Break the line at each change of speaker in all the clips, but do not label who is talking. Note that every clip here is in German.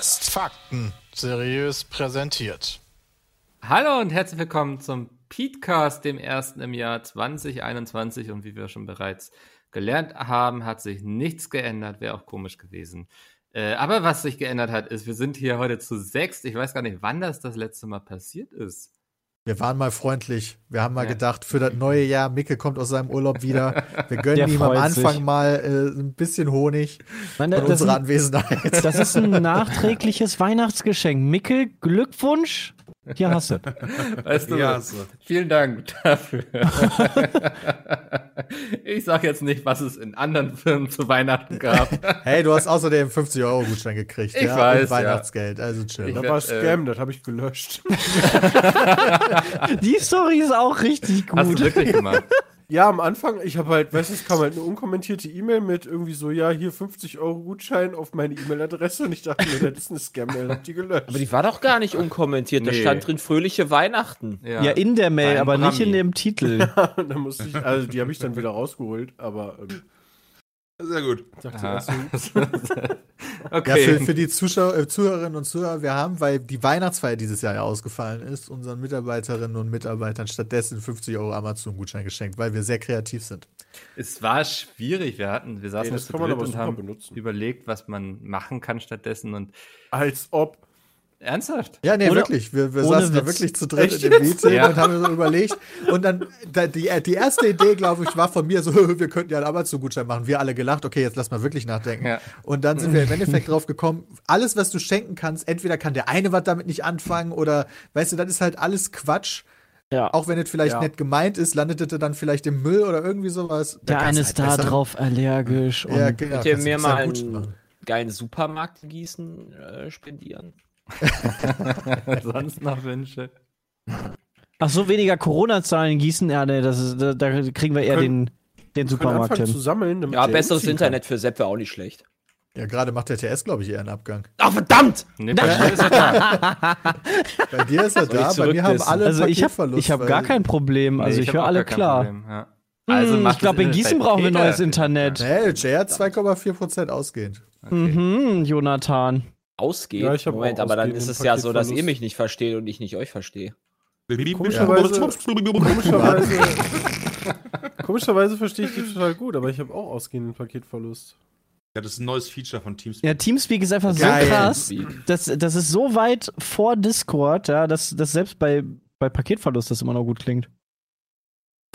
Fakten seriös präsentiert.
Hallo und herzlich willkommen zum Petecast, dem ersten im Jahr 2021. Und wie wir schon bereits gelernt haben, hat sich nichts geändert. Wäre auch komisch gewesen. Äh, aber was sich geändert hat, ist, wir sind hier heute zu sechs. Ich weiß gar nicht, wann das das letzte Mal passiert ist.
Wir waren mal freundlich. Wir haben mal
Ja.
gedacht, für das neue Jahr, Micke kommt aus seinem Urlaub wieder. Wir gönnen
Der
ihm am
freut
Anfang
sich.
mal äh, ein bisschen Honig
Nein,
von
das, das,
unserer
ist,
Anwesenheit.
das ist ein nachträgliches Weihnachtsgeschenk. Mickel, Glückwunsch. Hier hast du.
Weißt du,
Ja, so.
vielen Dank dafür. ich sage jetzt nicht, was es in anderen Firmen zu Weihnachten gab.
Hey, du hast außerdem 50-Euro-Gutschein gekriegt.
Ich
ja, und
weiß, ja.
Weihnachtsgeld, also chill.
Ich-
Da war
werd, äh,
Scam, das habe ich gelöscht.
Die Story ist auch richtig
Hast du
gut.
wirklich gemacht?
ja, am Anfang, ich habe halt, weißt du, es kam halt eine unkommentierte E-Mail mit irgendwie so, ja, hier 50 Euro Gutschein auf meine E-Mail-Adresse und ich dachte mir, das ist eine Scam-Mail, hab die gelöscht.
Aber die war doch gar nicht unkommentiert. Da
Nee.
stand drin fröhliche Weihnachten.
Ja, in der Mail,
Dein
aber nicht
Brami.
in dem Titel.
und dann musste ich, also die habe ich dann wieder rausgeholt, aber ähm,
Sehr gut.
dachte
Ah.
erst so,
Ja,
okay.
für, für die Zuschauer, äh, Zuhörerinnen und Zuhörer, wir haben, weil die Weihnachtsfeier dieses Jahr ja ausgefallen ist, unseren Mitarbeiterinnen und Mitarbeitern stattdessen 50 Euro Amazon-Gutschein geschenkt, weil wir sehr kreativ sind.
Es war schwierig. Wir hatten, wir saßen
Ey, das
zu
kann man
dritt
aber
und
super
haben
benutzen.
überlegt, was man machen kann stattdessen. Und
als ob.
ernsthaft?
Ja, nee,
Ohne-
wirklich. Wir, wir
ohne
saßen da
Witz.
wirklich zu dritt
Echt
in dem
jetzt?
Meeting
Ja.
und haben so überlegt. Und dann, da, die, äh, die erste Idee, glaube ich, war von mir so, wir könnten ja einen Arbeitszugutschein machen. Wir alle gelacht, okay, jetzt lass mal wirklich nachdenken.
Ja.
Und dann sind wir im Endeffekt drauf gekommen, alles, was du schenken kannst, entweder kann der eine was damit nicht anfangen oder, weißt du, das ist halt alles Quatsch.
Ja.
Auch wenn es vielleicht nett gemeint ist, landet es dann vielleicht im Müll oder irgendwie sowas. Da
Der
kannst
eine
du
ist da
besser-
drauf allergisch. Und
Ja, genau.
Könnt ihr
kannst du
mir
besser
mal
Gutschein machen.
einen geilen Supermarkt in Gießen äh, spendieren?
Sonst noch Wünsche?
Ach so, weniger Corona-Zahlen gießen. Ja, nee, das ist, da, da kriegen wir eher
Können-
den, den
Wir können
Supermarkt
anfangen zu
hin.
sammeln. damit
Ja,
der
besseres
umziehen
Internet für Sepp wäre auch nicht schlecht.
Ja, gerade macht der TS, glaube ich, eher einen Abgang.
Ach, verdammt!
Nee, bei mir ist er da.
Bei dir ist er
ich
da, bei mir haben
zurückdissen?
alle einen
Also ich habe
Paketverlust,
ich hab
weil-
gar kein Problem. Also
Nee,
ich
hab
höre
auch
alle
gar kein
klar.
Problem, ja. Also
Hm,
macht
ich glaube,
das
in
Internet
Gießen
bei
brauchen wir
Peter.
neues Internet.
Nee, Jay hat 2,4% ausgehend.
Mhm, Jonathan.
Ausgeht.
Ja, ich hab
Moment,
auch
aber dann
ausgehenden
ist es ja so, dass ihr
Paketverlust.
mich nicht versteht und ich nicht euch verstehe.
Komischerweise, komischerweise verstehe ich die total gut, aber ich habe auch ausgehenden Paketverlust.
Ja, das ist ein neues Feature von Teamspeak.
Ja, Teamspeak ist einfach
Geil.
so krass. Das, das ist so weit vor Discord, ja, dass, dass selbst bei, bei Paketverlust das immer noch gut klingt.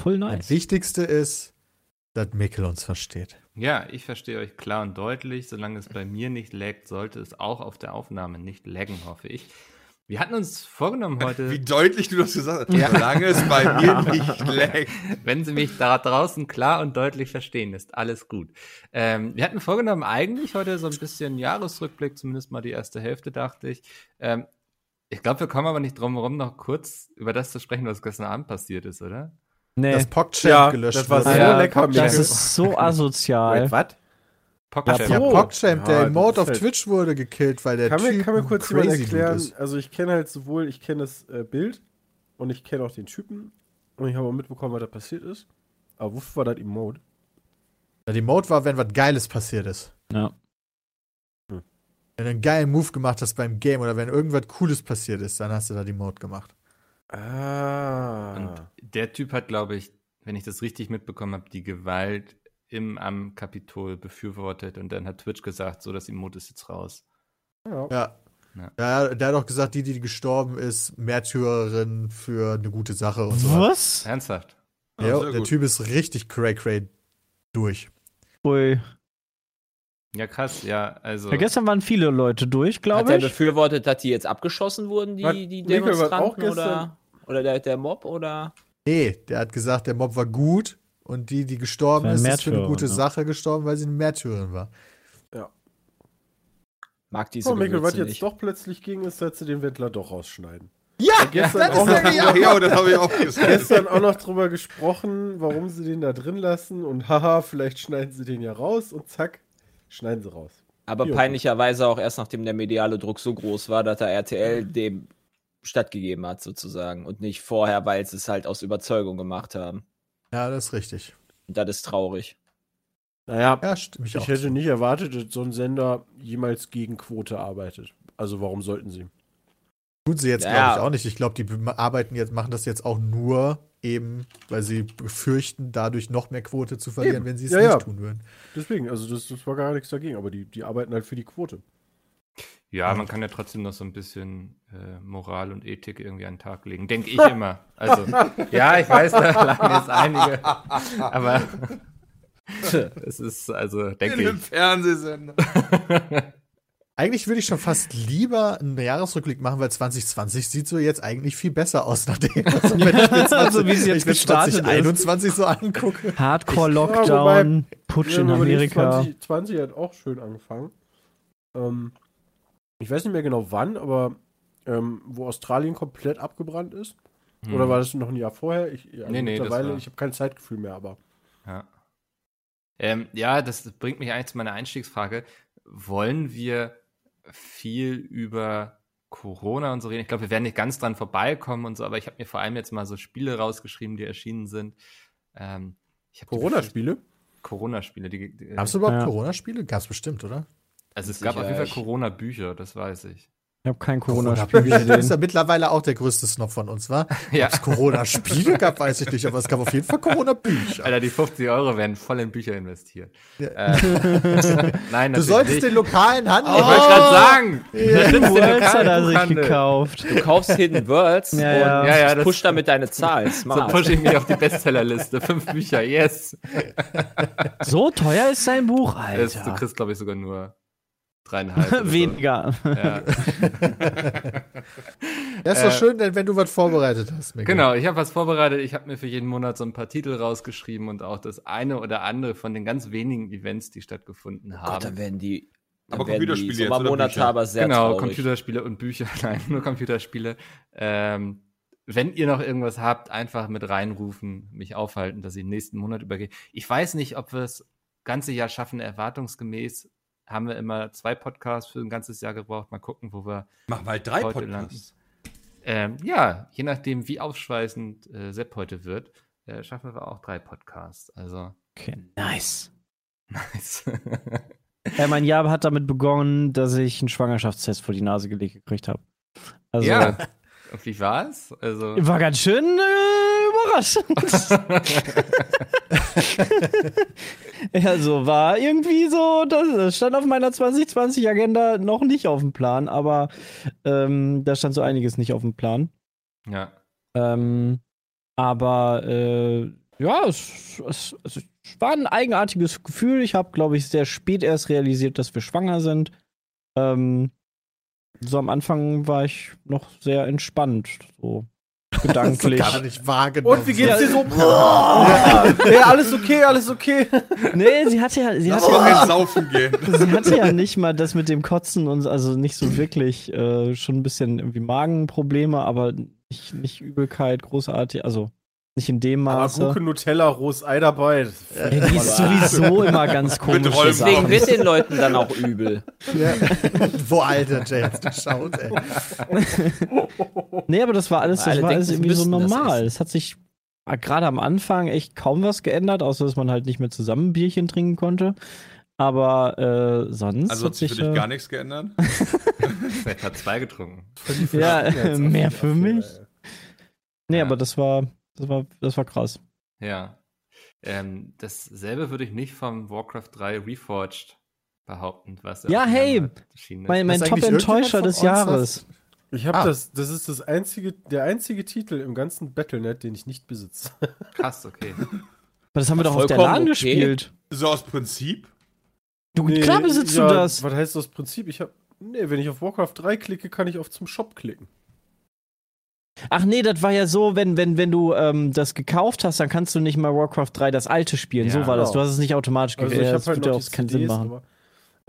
Voll
Das
nice.
Wichtigste ist, dass Mikkel uns versteht.
Ja, ich verstehe euch klar und deutlich. Solange es bei mir nicht laggt, sollte es auch auf der Aufnahme nicht laggen, hoffe ich. Wir hatten uns vorgenommen
Wie
heute,
deutlich du das gesagt hast. Solange es bei mir nicht leckt.
wenn Sie mich da draußen klar und deutlich verstehen, ist alles gut. Ähm, wir hatten vorgenommen, eigentlich heute so ein bisschen Jahresrückblick, zumindest mal die erste Hälfte, dachte ich. Ähm, ich glaube, wir kommen aber nicht drum herum, noch kurz über das zu sprechen, was gestern Abend passiert ist, oder?
Nee,
Das
das,
PogChamp
Ja,
gelöscht
das war
wurde.
sehr
ja,
lecker, Mikkel.
Also, ist so asozial.
was?
Pockchef.
ja, PogChamp,
Ja,
der
das
Emote
ist
auf
halt-
Twitch wurde gekillt, weil der
Kann mir,
Äh, Typ
kann mir
ein
kurz jemand
Crazy Dude
erklären,
ist.
also ich kenne halt sowohl, ich kenne das äh, Bild und ich kenne auch den Typen und ich habe auch mitbekommen, was da passiert ist. Aber wofür war das Emote?
Ja, die Mode war, wenn was Geiles passiert ist.
Ja.
Hm.
Wenn du einen geilen Move gemacht hast beim Game oder wenn irgendwas Cooles passiert ist, dann hast du da die Mode gemacht.
Ah.
Und der Typ hat, glaube ich, wenn ich das richtig mitbekommen habe, die Gewalt im am Kapitol befürwortet und dann hat Twitch gesagt, so das Emote ist jetzt raus.
Ja.
Ja.
Ja, der hat auch gesagt, die, die gestorben ist, Märtyrerin für eine gute Sache und so. weiter.
Was?
Ernsthaft?
Ja,
Ja,
sehr
der
gut.
Typ ist richtig cray cray durch.
Ui.
Ja, krass, ja, also.
Ja, gestern waren viele Leute durch,
Hat
glaube
er
ich.
befürwortet, dass die jetzt abgeschossen wurden,
Was?
die, die
Mikkel, was auch
Demonstranten
gestern-
oder, oder der, der Mob? Oder?
Nee, der hat gesagt, der Mob war gut und die, die gestorben
War ein
ist, ist für eine
Märtyrer,
gute
ne?
Sache gestorben, weil sie eine Märtyrerin war.
Mag diese
So, Mikkel, was
Gewürze
jetzt
nicht.
doch plötzlich ging, ist, dass sie den Wendler doch rausschneiden.
Ja,
Gestern auch noch
Oh, Ja, ja, das habe ich auch gesagt.
gestern auch noch drüber gesprochen, warum sie den da drin lassen und haha, vielleicht schneiden sie den ja raus und zack, schneiden sie raus.
Aber
Jo.
peinlicherweise auch erst nachdem der mediale Druck so groß war, dass er RTL dem stattgegeben hat, sozusagen. Und nicht vorher, weil sie es halt aus Überzeugung gemacht haben.
Ja, das ist richtig.
Und das ist traurig.
Naja,
Ja, stimme ich,
ich
auch.
hätte
zu.
nicht erwartet, dass so ein Sender jemals gegen Quote arbeitet. Also warum sollten sie?
Tun sie jetzt, glaube
Ja.
ich, auch nicht. Ich glaube, die be- arbeiten jetzt, machen das jetzt auch nur eben, weil sie befürchten, dadurch noch mehr Quote zu verlieren,
Eben.
wenn sie es
Ja,
nicht
ja.
tun würden.
Deswegen, also das, das war gar nichts dagegen, aber die, die arbeiten halt für die Quote.
Ja, man kann ja trotzdem noch so ein bisschen äh, Moral und Ethik irgendwie an den Tag legen. Denke ich immer. Also, ja, ich weiß, da lachen jetzt einige. Aber es ist, also,
In
denke
einem
ich.
Fernsehsender.
Eigentlich würde ich schon fast lieber einen Jahresrückblick machen, weil 2020 sieht so jetzt eigentlich viel besser aus, nachdem also wenn ich mir 20,
So wie es jetzt
ich mir
gestartet ist.
2021 so angucke.
Hardcore-Lockdown, Putsch in
Ja, aber die
Amerika.
20, 20 hat auch schön angefangen. Ähm, ich weiß nicht mehr genau wann, aber ähm, wo Australien komplett abgebrannt ist.
Hm.
Oder war das noch ein Jahr vorher? Ich, ja,
Nee, nee, das
mittlerweile,
war-
ich habe kein Zeitgefühl mehr, aber.
Ja. Ähm, ja, das bringt mich eigentlich zu meiner Einstiegsfrage. Wollen wir viel über Corona und so reden? Ich glaube, wir werden nicht ganz dran vorbeikommen und so, aber ich habe mir vor allem jetzt mal so Spiele rausgeschrieben, die erschienen sind. Ähm, ich hab die Befürchtung-
Corona-Spiele?
Corona-Spiele. Die, die,
Gab es überhaupt
Ja.
Corona-Spiele? Gab es bestimmt, oder?
also es gab auf jeden
Sicher,
Fall
ich-
Corona-Bücher, das weiß ich.
Ich habe kein Corona-Spiel
Corona-Spiele. Das ist ja
gesehen.
mittlerweile auch der größte Snob von uns, war.
Ja,
Ob es Corona-Spiele gab, weiß ich nicht, aber es gab auf jeden Fall Corona-Bücher.
Alter, die 50 Euro werden voll in Bücher investiert.
Ja.
Äh, nein,
Du
natürlich
solltest
nicht.
den Oh! lokalen Handel.
Ich wollte gerade sagen, da sitzt der
Worlds hat er
lokale
sich
Buchhandel.
gekauft.
Du kaufst Hidden Worlds
Ja,
und
ja.
Ja, ja, das-
pusht damit deine Zahl.
So
Smart.
pushe ich mich auf die Bestsellerliste. Fünf Bücher, yes.
So teuer ist sein Buch,
Das, du
Alter.
kriegst, glaube ich, sogar nur dreieinhalb. oder so.
Weniger.
also. Ja.
Das ist doch
Äh,
schön, denn wenn du was vorbereitet hast, Mikkel.
Genau, ich habe was vorbereitet. Ich habe mir für jeden Monat so ein paar Titel rausgeschrieben und auch das eine oder andere von den ganz wenigen Events, die stattgefunden haben.
Ah, Gott, dann werden die. Dann
Aber
werden
Computerspiele
die
jetzt, oder
Sommermonathaber sehr
genau,
traurig.
Computerspiele und Bücher. Nein, nur Computerspiele. Ähm, wenn ihr noch irgendwas habt, einfach mit reinrufen, mich aufhalten, dass ich nächsten Monat übergehe. Ich weiß nicht, ob wir das ganze Jahr schaffen. Erwartungsgemäß haben wir immer zwei Podcasts für ein ganzes Jahr gebraucht. Mal gucken, wo wir.
Mach mal drei
Heute
Podcasts.
Ähm, ja, je nachdem, wie aufschweißend äh, Sepp heute wird, äh, schaffen wir auch drei Podcasts. Also,
Okay, nice.
nice.
Also
Äh, mein Jahr hat damit begonnen, dass ich einen Schwangerschaftstest vor die Nase gelegt gekriegt habe. Also,
ja. Und wie war's? Also.
war ganz schön äh, überraschend. ja, so war irgendwie so, das, das stand auf meiner 2020-Agenda noch nicht auf dem Plan, aber ähm, da stand so einiges nicht auf dem Plan.
Ja.
Ähm, aber äh, ja, es, es, es war ein eigenartiges Gefühl. Ich habe, glaube ich, sehr spät erst realisiert, dass wir schwanger sind. Ähm, so am Anfang war ich noch sehr entspannt, so
Das ist
gedanklich.
gar nicht wahrgenommen.
Und wie geht's dir so?
Ja, alles okay, alles okay.
nee, sie hatte ja, sie
Lass
hatte,
mal
ja
mehr saufen gehen.
sie hatte ja nicht mal das mit dem Kotzen und also nicht so wirklich äh, schon ein bisschen irgendwie Magenprobleme, aber nicht, nicht Übelkeit, großartig, also nicht in dem Maße.
Gurke Nutella, rohes Ei dabei.
Ja, die ist sowieso immer ganz komisch.
Rollmaß.
Deswegen wird den Leuten dann auch übel.
Ja. Wo alter James da schaut, ey.
Nee, aber das war alles, das
Alle
war
denken,
alles
sie
irgendwie so
müssten das
normal.
essen.
Es hat sich äh, gerade am Anfang echt kaum was geändert, außer dass man halt nicht mehr zusammen ein Bierchen trinken konnte. Aber äh, sonst
Also
hat
hat sich
sich
für dich
äh,
gar nichts geändert?
Ich habe zwei getrunken.
ja, äh, mehr
Jetzt auf
für
die
mich.
Affäre,
Nee,
Ja.
aber das war das war das war krass.
Ja. Ähm, dasselbe würde ich nicht vom Warcraft 3 Reforged behaupten, was
Ja, hey,
erschienen ist.
Mein, mein
Ist eigentlich
Top-Enttäuscher
irgendjemand
des
von uns
Jahres.
Ich habe
Ah.
das, das ist das einzige, der einzige Titel im ganzen Battlenet, den ich nicht besitze.
Krass, okay.
Aber das haben wir doch auf der
Vollkommen
LAN
okay.
gespielt.
So aus Prinzip?
Du, klar besitzt du das.
Was heißt das Prinzip? Ich habe, nee, wenn ich auf Warcraft 3 klicke, kann ich auf zum Shop klicken.
Ach nee, das war ja so, wenn, wenn, wenn du ähm, das gekauft hast, dann kannst du nicht mal Warcraft 3 das alte spielen.
Ja,
so war das. Du
genau.
hast es nicht automatisch
Also
gekauft.
ich
Ja,
habe
das
halt
würde
noch
auch
die
keinen
CDs,
Sinn machen.
aber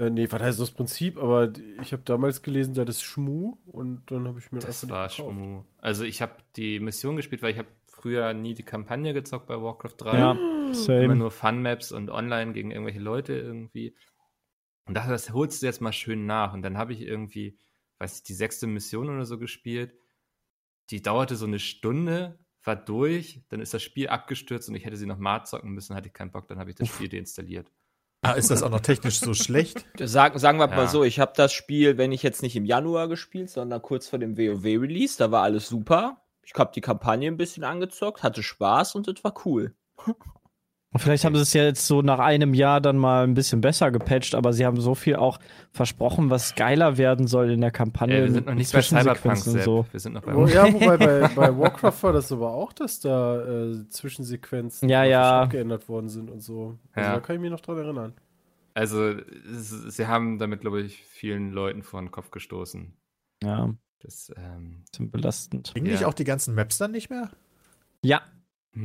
äh, nee, was heißt das Prinzip? Aber die- ich habe damals gelesen, da das Schmu und dann habe ich mir
Das
einfach
war
nicht gekauft.
Schmu. Also ich habe die Mission gespielt, weil ich habe früher nie die Kampagne gezockt bei Warcraft 3.
Ja,
Immer
same.
nur Fun-Maps und online gegen irgendwelche Leute irgendwie. Und dachte, das holst du jetzt mal schön nach. Und dann habe ich irgendwie, weiß ich, die sechste Mission oder so gespielt. Die dauerte so eine Stunde, war durch, dann ist das Spiel abgestürzt und ich hätte sie noch mal zocken müssen, hatte ich keinen Bock, dann habe ich das Spiel deinstalliert.
Ah, ist das auch noch technisch so schlecht?
Sagen, sagen wir
Ja.
mal so, ich habe das Spiel, wenn ich jetzt nicht im Januar gespielt, sondern kurz vor dem WoW-Release, da war alles super. Ich habe die Kampagne ein bisschen angezockt, hatte Spaß und es war cool.
Und Vielleicht haben sie es ja jetzt so nach einem Jahr dann mal ein bisschen besser gepatcht, aber sie haben so viel auch versprochen, was geiler werden soll in der Kampagne.
Ey, Äh, wir sind noch
mit
nicht bei Cyberpunk,
Zwischensequenzen
Sepp.
und so.
Wir sind noch bei
Oh, ja, wobei bei, bei Warcraft war das aber auch, dass da äh, Zwischensequenzen
Ja,
grafisch
ja.
abgeändert worden sind und so. Also
Ja.
da kann ich mich noch dran erinnern.
Also, es, sie haben damit, glaube ich, vielen Leuten vor den Kopf gestoßen.
Ja, ein
Das, ähm,
bisschen belastend.
Ging nicht
Ja.
auch die ganzen Maps dann nicht mehr?
Ja,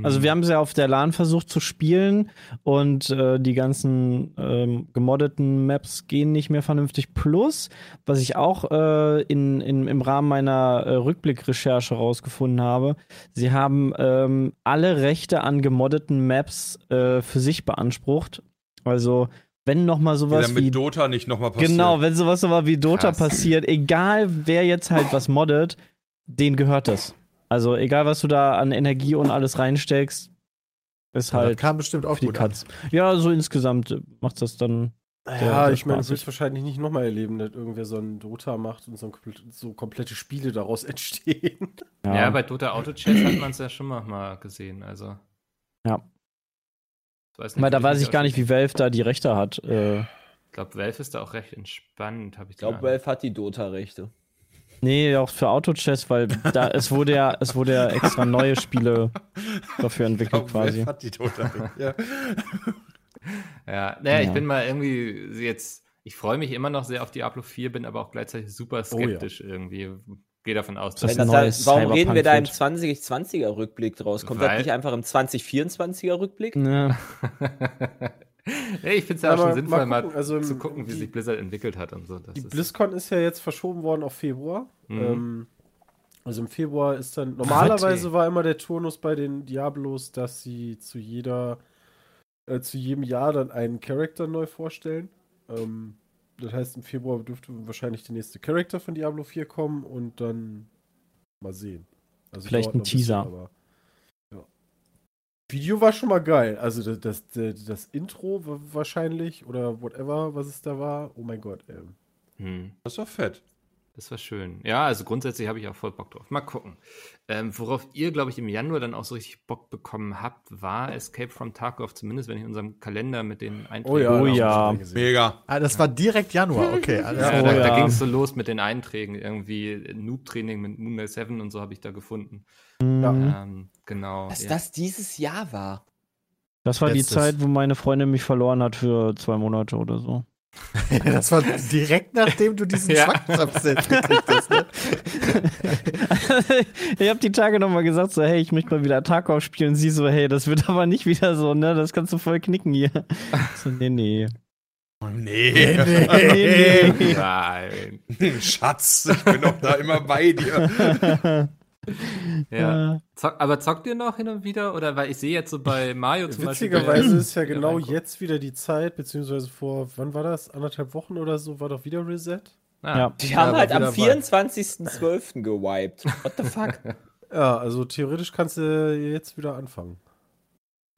also
Mhm.
wir haben es ja auf der LAN versucht zu spielen und äh, die ganzen ähm, gemoddeten Maps gehen nicht mehr vernünftig. Plus, was ich auch äh, in, in, im Rahmen meiner äh, Rückblickrecherche rausgefunden habe, sie haben ähm, alle Rechte an gemoddeten Maps äh, für sich beansprucht. Also wenn noch mal sowas
damit
wie
Dota nicht nochmal passiert.
Genau, wenn sowas aber wie Dota
Krass.
passiert, egal wer jetzt halt was moddet, den gehört das. Also egal was du da an Energie und alles reinsteckst, ist
Das
halt
kam bestimmt auch
für die
gut an.
Katz. Ja, so insgesamt äh, macht das dann.
Ja,
der
ich meine,
Spaß
du willst
ist-
wahrscheinlich nicht nochmal erleben, dass irgendwer so einen Dota macht und so, ein, komplett- so komplette Spiele daraus entstehen.
Ja, bei Dota Auto Chess hat man es ja schon noch mal gesehen. Also.
Ja.
Ich Weiß
weil da
wie
weiß
das
ich gar nicht,
aussieht.
wie Valve da die Rechte hat. Äh,
Ich glaube, Valve ist da auch recht entspannt, habe ich
Ich glaube,
den Eindruck.
Valve hat die Dota-Rechte.
nee, auch für Autochess, weil da es wurde ja, es wurde ja extra neue Spiele dafür entwickelt
Glaub,
quasi.
Valve hat die Dota. ja.
Ja, naja,
Ja.
ich bin mal irgendwie jetzt. Ich freue mich immer noch sehr auf Diablo 4, bin aber auch gleichzeitig super
Oh ja.
skeptisch irgendwie. Gehe davon aus,
Das
dass
ist
Wenn das
neues
da, warum
Cyberpunk
reden wir da im
wird.
2020er-Rückblick draus? Kommt
Weil- Hm.
das nicht einfach im 2024er-Rückblick?
Ja.
Nee, ich finde es ja auch
Aber
schon
mal
sinnvoll, mal,
gucken, also,
zu
ähm,
gucken, wie
die-
sich Blizzard entwickelt hat und so. Das
Die
ist-
BlizzCon ist ja jetzt verschoben worden auf Februar.
Mhm.
Ähm, also im Februar ist dann. Normalerweise war immer der Turnus bei den Diablos, dass sie zu jeder, äh, zu jedem Jahr dann einen Charakter neu vorstellen. Ähm, das heißt, im Februar dürfte wahrscheinlich der nächste Charakter von Diablo 4 kommen und dann mal sehen. Also
Vielleicht
dauert
ein
noch bisschen,
Teaser.
aber, ja. Video war schon mal geil. Also das, das, das, das Intro wa- wahrscheinlich oder whatever, was es da war. Oh mein Gott, ey.
Hm.
Das war fett.
Das war schön. Ja, also grundsätzlich habe ich auch voll Bock drauf. Mal gucken. Ähm, worauf ihr, glaube ich, im Januar dann auch so richtig Bock bekommen habt, war Escape from Tarkov, zumindest wenn ich in unserem Kalender mit den Einträgen.
Oh
das
ja.
hab ich schon gesehen.
Mega.
Ah, das war direkt Januar, okay. Alles
Ja,
Oh
da, da
ja.
ging es so los mit den Einträgen. Irgendwie Noob-Training mit Moonlight 7 und so habe ich da gefunden.
Mhm.
Ähm, genau.
Dass
ja.
das dieses Jahr war.
Das war die
Letztes.
Zeit, wo meine Freundin mich verloren hat für zwei Monate oder so.
Ja, das war direkt nachdem du diesen
Ja.
ja. Schwachsinn gekriegt hast. Ne?
ich habe die Tage nochmal gesagt, so, hey, ich möchte mal wieder Tarkov spielen. Und sie so, hey, das wird aber nicht wieder so, ne? Das kannst du voll knicken hier. So, nee, nee.
Nee.
nee, nee.
Nein.
Schatz, ich bin doch da immer bei dir.
Ja.
Äh,
Zock, aber zockt ihr noch hin und wieder? Oder weil ich sehe jetzt so bei Mario zum Beispiel.
Witzigerweise ist ja
wieder
genau
reingucken.
jetzt wieder die Zeit, beziehungsweise vor, wann war das? Anderthalb Wochen oder so, war doch wieder Reset.
Ah,
Ja.
Die haben
aber
halt am
wieder
24.12. gewiped. What the fuck?
Ja, also theoretisch kannst du jetzt wieder anfangen.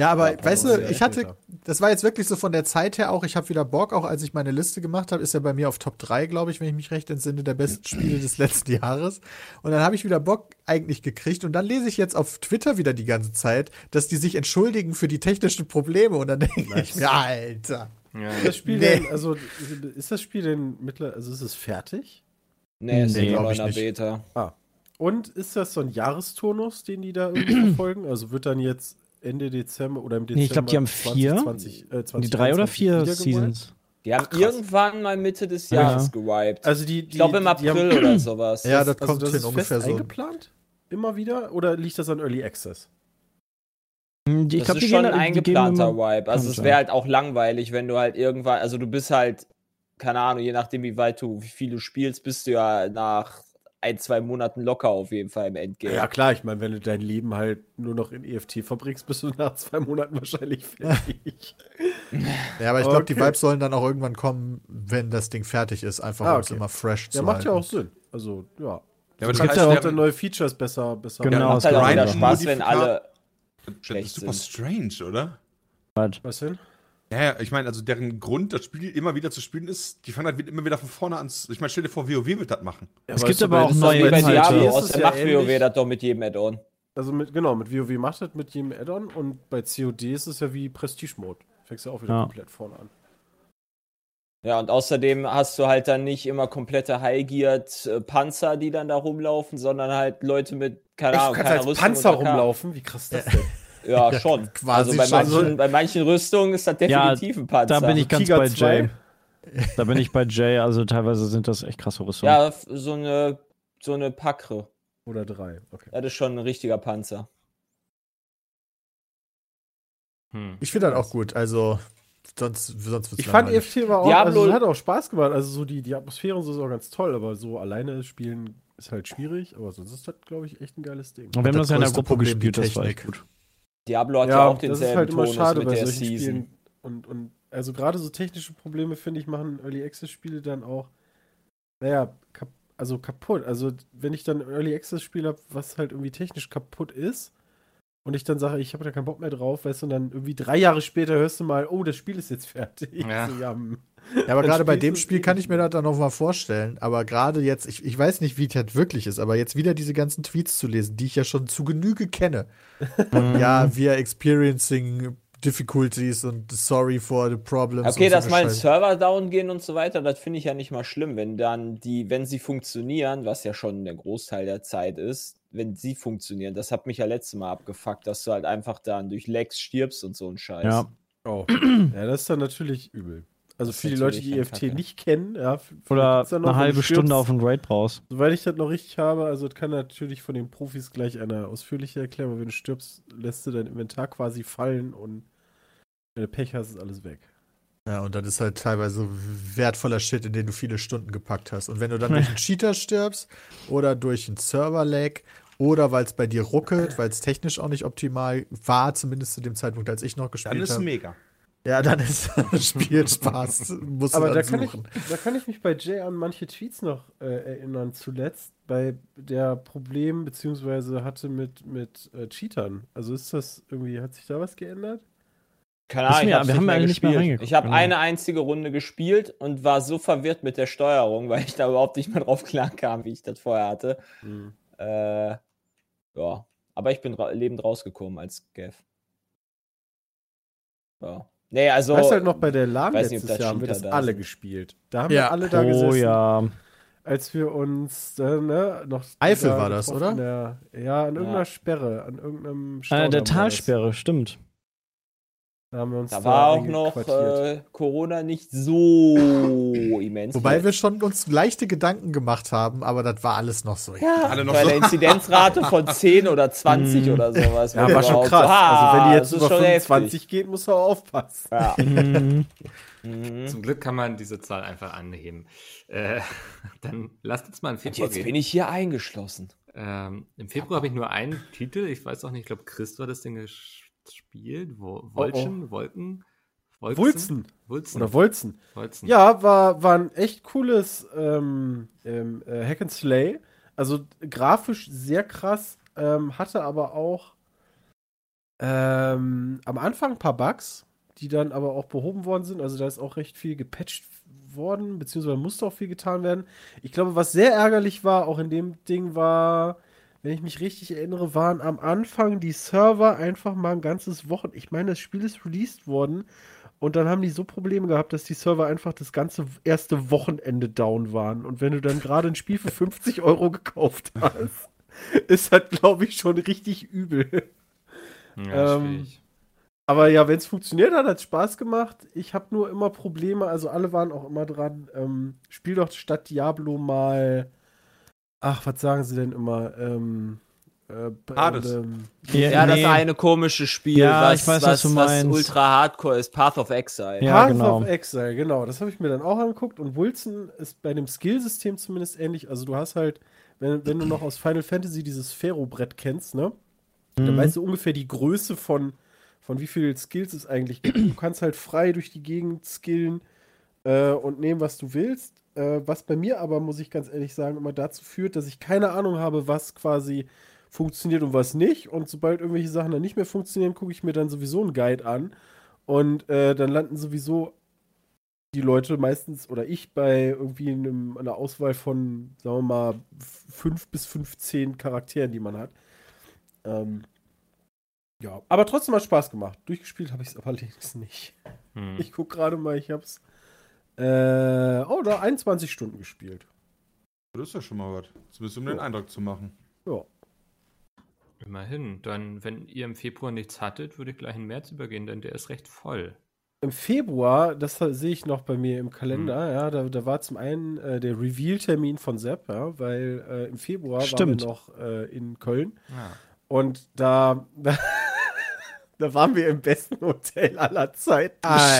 Ja, aber
Ja,
weißt
brauchen
du,
wir
ich
ja
hatte,
später.
das war jetzt wirklich so von der Zeit her auch, ich habe wieder Bock, auch als ich meine Liste gemacht habe, ist ja bei mir auf Top 3, glaube ich, wenn ich mich recht entsinne, der besten Spiele des letzten Jahres. Und dann habe ich wieder Bock eigentlich gekriegt und dann lese ich jetzt auf Twitter wieder die ganze Zeit, dass die sich entschuldigen für die technischen Probleme und dann denke ich mir, Alter.
ja.
Ist das Spiel
Nee.
denn, also ist das Spiel denn mittlerweile, also ist es fertig?
Nee, es ist
Nee,
nee,
glaub
in
ich
einer
nicht.
Beta.
Und ist das so ein Jahresturnus, den die da irgendwie verfolgen? Also wird dann jetzt Ende Dezember oder im Dezember
Nee, ich glaub, die haben vier.
2020, äh,
die drei oder
2021
vier
wieder gewiped?
Seasons.
Die haben
krass.
irgendwann mal Mitte des
Ja.
Jahres gewiped.
Also die, die
ich glaube im
die- die haben-
April oder sowas.
Ja,
Das-
das kommt
das
hin
ist
ungefähr
fest
so.
eingeplant? Immer wieder? Oder liegt das an Early Access?
Hm,
Ich
Ich
das
glaube,
ist
die
schon
gehen,
ein
die gehen
eingeplanter
immer,
Wipe. Also
Kann
es
sein.
wäre halt auch langweilig, wenn du halt irgendwann, also du bist halt, keine Ahnung, je nachdem wie weit du, wie viel du spielst, bist du ja nach ein, zwei Monaten locker auf jeden Fall im Endgame.
Ja, klar, ich meine, wenn du dein Leben halt nur noch in EFT verbringst, bist du nach zwei Monaten wahrscheinlich fertig.
Ja, aber ich glaube, die
Okay.
Vibes sollen dann auch irgendwann kommen, wenn das Ding fertig ist, einfach
Ah,
um es
okay.
immer fresh zu
ja, macht ja
halt,
halten.
auch
ne?
Sinn. Also, ja.
Ja, aber
Es
das
Also
gibt
heißt,
ja
wir
auch dann
haben-
neue Features besser, besser.
Genau.
Macht halt auch
Grind-
wieder Spaß, wenn alle.
das ist super
Schlecht
strange, oder?
Was hin?
Naja, ich meine, also deren Grund, das Spiel immer wieder zu spielen ist, die fangen halt immer wieder von vorne an. zu- Ich meine, stell dir vor, WoW wird das machen.
Es gibt aber auch neue
Wie bei
Inhalte.
Diablo
Ist
aus
es
der
ja
Macht WoW
ähnlich?
das doch mit jedem Add-on.
Also mit, genau, mit WoW macht das mit jedem Add-on und bei COD ist es ja wie Prestige-Mode. Fängst ja auch wieder
Ja.
komplett vorne an.
Ja, und außerdem hast du halt dann nicht immer komplette High-Geared äh, Panzer, die dann da rumlaufen, sondern halt Leute mit, keine Ahnung, keiner Rüstung und AK.
Wie krass ist das denn?
Ja, schon.
quasi
also bei
schon.
manchen, bei manchen Rüstungen ist das definitiv ein Panzer.
Da bin ich ganz
Tiger
bei
zwei?
Jay. Da bin ich bei Jay. Also teilweise sind das echt krasse Rüstungen.
Ja, f- so eine, so eine Packre.
Oder drei. Okay.
Das ist schon ein richtiger Panzer.
Hm.
Ich finde das auch gut. Also, sonst, sonst wird's
Ich fand
langweilig.
EFT war auch,
Diablo-
also es hat auch Spaß gemacht. Also so die, die Atmosphäre und so ist auch ganz toll, aber so alleine spielen ist halt schwierig, aber sonst ist das, glaube ich, echt ein geiles Ding.
Und wir haben
Das
das, ja in der
größte
Gruppe
Problem,
gespielt,
die
das war echt
Technik.
gut.
Diablo hat ja, halt auch denselben
halt
Tonus mit der Season.
Und, und also gerade so technische Probleme, finde ich, machen Early Access-Spiele dann auch, naja, kap also kaputt. Also wenn ich dann ein Early Access-Spiel habe, was halt irgendwie technisch kaputt ist, und ich dann sage, ich habe da keinen Bock mehr drauf, weißt du, und dann irgendwie drei Jahre später hörst du mal, oh, das Spiel ist jetzt fertig.
Ja.
So, ja, hm.
Ja, aber
Dann
gerade bei
spielst
dem
du's
Spiel kann ich mir
ewig.
das dann noch mal vorstellen. Aber gerade jetzt, ich, ich weiß nicht, wie das wirklich ist, aber jetzt wieder diese ganzen Tweets zu lesen, die ich ja schon zu Genüge kenne. ja, wir experiencing difficulties und sorry for the problems.
Okay,
und so
dass
eine
mal ein
Scheiße.
Server down gehen und so weiter, das finde ich ja nicht mal schlimm, wenn dann die, wenn sie funktionieren, was ja schon der Großteil der Zeit ist, wenn sie funktionieren, das hat mich ja letztes Mal abgefuckt, dass du halt einfach dann durch Lags stirbst und so ein Scheiß.
Ja.
Oh. ja, das ist dann natürlich übel. Also
Das ist
für die Leute,
natürlich
die
eine
EFT
Kacke.
nicht kennen, ja, f- vielleicht
Oder
gibt's da noch,
eine
wenn du
halbe Stunde
stirbst,
auf einen Raid brauchst.
Soweit ich das noch richtig habe, also das kann natürlich von den Profis gleich einer ausführlicher erklären, aber wenn du stirbst, lässt du dein Inventar quasi fallen und wenn du Pech hast, ist alles weg.
Ja, und das ist halt teilweise wertvoller Shit, in den du viele Stunden gepackt hast. Und wenn du dann durch einen Cheater stirbst oder durch einen Server-Lag oder weil es bei dir ruckelt, weil es technisch auch nicht optimal war, zumindest zu dem Zeitpunkt, als ich noch
Dann
halt.
gespielt
ist
habe.
mega.
Ja, dann ist Spielspaß. Musst
Aber
du
da
dann
kann, ich,
suchen.
da kann ich mich bei Jay an manche Tweets noch äh, erinnern, zuletzt bei der Problem beziehungsweise hatte mit, mit äh, Cheatern. Also ist das irgendwie, hat sich da was geändert?
Keine
Wissen
Ahnung, ich
wir,
hab's
wir
nicht
haben
mehr
eigentlich nicht mehr
gespielt.
reingeguckt,
ich habe
genau.
eine einzige Runde gespielt und war so verwirrt mit der Steuerung, weil ich da überhaupt nicht mehr drauf klarkam, wie ich das vorher hatte. Äh, ja, aber ich bin ra lebend rausgekommen als Gav. Ja. Nee, also.
So, weißt halt noch bei der LAN
weiß nicht, ob
letztes
da
Jahr haben wir das
Cheater da
alle
sind.
gespielt. Da haben wir
Ja.
alle da
Oh
gesessen.
ja.
als wir uns äh, ne, noch.
Eifel
da
war das,
getroffen, Ja, ja, an irgendeiner
Ja.
Sperre, an irgendeinem
Äh,
Staudamm war
der
das.
Talsperre, stimmt.
Da haben wir uns
da war auch noch
eingequartiert.
äh, Corona nicht so immens.
Wobei wir schon uns leichte Gedanken gemacht haben, aber das war alles noch so.
ja,
alle noch
bei
so-
der Inzidenzrate von 10 oder 20
Mm.
oder sowas.
ja, war schon
überhaupt so,
krass.
ah,
also, wenn die
das
jetzt
ist
über
schon heftig.
25 geht, muss er aufpassen.
Ja.
Mhm.
Hm?
Mhm.
Zum Glück kann man diese Zahl einfach anheben. Äh, dann lasst uns mal in
Und
Februar
jetzt
gehen.
bin ich hier eingeschlossen.
Ähm, Im Februar habe ich nur einen Titel, ich weiß auch nicht, ich glaube, Christo hat das Ding gespielt.
Oh,
Wo, Wolchen, Wolken, Wolken?
Wulzen.
Wulzen.
Oder Wolzen.
Wulzen.
Ja, war, war ein echt cooles ähm, ähm, äh, Hack and Slay. Also grafisch sehr krass, ähm, hatte aber auch ähm, am Anfang ein paar Bugs, die dann aber auch behoben worden sind. Also da ist auch recht viel gepatcht worden, beziehungsweise musste auch viel getan werden. Ich glaube, was sehr ärgerlich war, auch in dem Ding war, wenn ich mich richtig erinnere, waren am Anfang die Server einfach mal ein ganzes Wochen. Ich meine, das Spiel ist released worden und dann haben die so Probleme gehabt, dass die Server einfach das ganze erste Wochenende down waren. Und wenn du dann gerade ein Spiel für 50 Euro gekauft hast, ist das, glaube ich, schon richtig übel.
Hm, Ja,
ähm,
schwierig.
Aber ja, wenn es funktioniert hat, hat es Spaß gemacht. Ich habe nur immer Probleme, also alle waren auch immer dran. Ähm, spiel doch statt Diablo mal. Ach, was sagen sie denn immer? Ähm, äh,
Hades.
ähm,
Ja,
nee.
das eine komische Spiel,
Ja,
was,
ich weiß, was
was,
du
was
meinst.
ultra hardcore ist, Path of Exile.
Ja,
Path
genau.
of Exile, genau. Das habe ich mir dann auch angeguckt. Und Wilson ist bei dem Skillsystem zumindest ähnlich. Also du hast halt, wenn, wenn du noch aus Final Fantasy dieses Ferro-Brett kennst, ne?
Mhm.
Dann weißt du ungefähr die Größe von, von wie viel Skills es eigentlich gibt. Du kannst halt frei durch die Gegend skillen äh, und nehmen, was du willst. Äh, was bei mir aber, muss ich ganz ehrlich sagen, immer dazu führt, dass ich keine Ahnung habe, was quasi funktioniert und was nicht. Und sobald irgendwelche Sachen dann nicht mehr funktionieren, gucke ich mir dann sowieso einen Guide an Und äh, dann landen sowieso die Leute meistens oder ich bei irgendwie einem, einer Auswahl von, sagen wir mal, f- fünf bis 15 Charakteren, die man hat. Ähm, ja, aber trotzdem hat Spaß gemacht. Durchgespielt habe ich es aber längst nicht.
Hm.
Ich guck gerade mal, ich hab's. Äh, oh, da 21 Stunden gespielt.
Das ist ja schon mal was. Zumindest um den
Ja.
Eindruck zu machen.
Ja.
Immerhin. Dann, wenn ihr im Februar nichts hattet, würde ich gleich in März übergehen, denn der ist recht voll.
Im Februar, das ha- sehe ich noch bei mir im Kalender,
Mhm.
ja, da, da war zum einen äh, der Reveal-Termin von Sepp, ja, weil äh, im Februar waren
Stimmt.
wir noch äh, in Köln
Ja.
und da, da, da waren wir im besten Hotel aller Zeiten.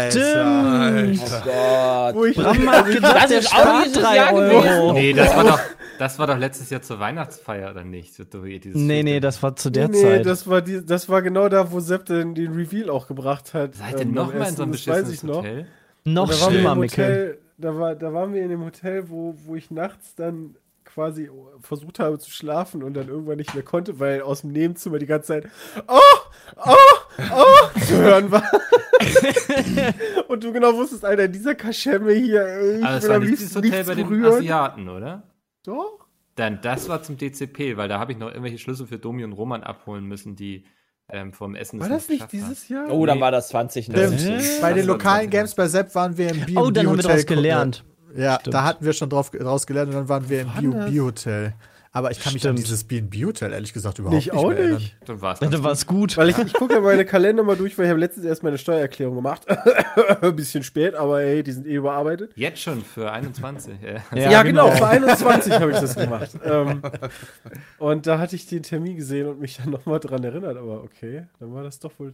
Stimmt.
Oh Gott.
Wo ich
Bram hat gedacht, der spart 3
Oh.
Euro.
Nee, das war, doch, das war doch letztes Jahr zur Weihnachtsfeier, oder nicht? So, du, ihr dieses
Nee,
Feedback.
nee, das war zu der
nee,
Zeit.
Das war, die, das war genau da, wo Sepp den, den Reveal auch gebracht hat.
Seid ihr
ähm, am
nochmal in so einem
ersten, das weiß
beschissenen
ich noch.
Hotel?
Noch
Und da waren wir
schlimmer,
im
Mikkel.
Hotel, da, war, da waren wir in dem Hotel, wo, wo ich nachts dann quasi versucht habe zu schlafen und dann irgendwann nicht mehr konnte, weil aus dem Nebenzimmer die ganze Zeit Oh, oh, oh zu hören war. und du genau wusstest, Alter, dieser Kaschemme hier, ey, ich
Aber das
will
war
am
nicht
liebsten
dieses Hotel
nichts
bei den
berühren.
Asiaten, oder?
Doch.
Dann, das war zum DCP, weil da habe ich noch irgendwelche Schlüssel für Domi und Roman abholen müssen, die ähm, vom Essen
War
es
das nicht
geschafft haben.
dieses Jahr?
Oh, dann
Nee.
war das ne?
Stimmt.
2019.
Bei den
Das war
lokalen
20.
Games bei Sepp waren wir im B&B
Oh, dann haben wir
Hotel
daraus gelernt.
Ja,
Stimmt.
da hatten wir schon drauf, draus gelernt und dann waren wir im
Wann das?
B&B Hotel. Aber ich kann mich an
Stimmt.
dieses B&B Hotel ehrlich gesagt überhaupt
Ich
nicht
auch
mehr erinnern.
nicht.
Dann war es
Dann war es gut.
Weil ich, ich gucke ja meine Kalender mal durch, weil ich habe letztens erst meine Steuererklärung gemacht. Ein bisschen spät, aber ey, die sind eh überarbeitet.
Jetzt schon für 21. äh.
Ja, genau. Vor 21 habe ich das gemacht. ähm, und da hatte ich den Termin gesehen und mich dann nochmal dran erinnert. Aber okay, dann war das doch wohl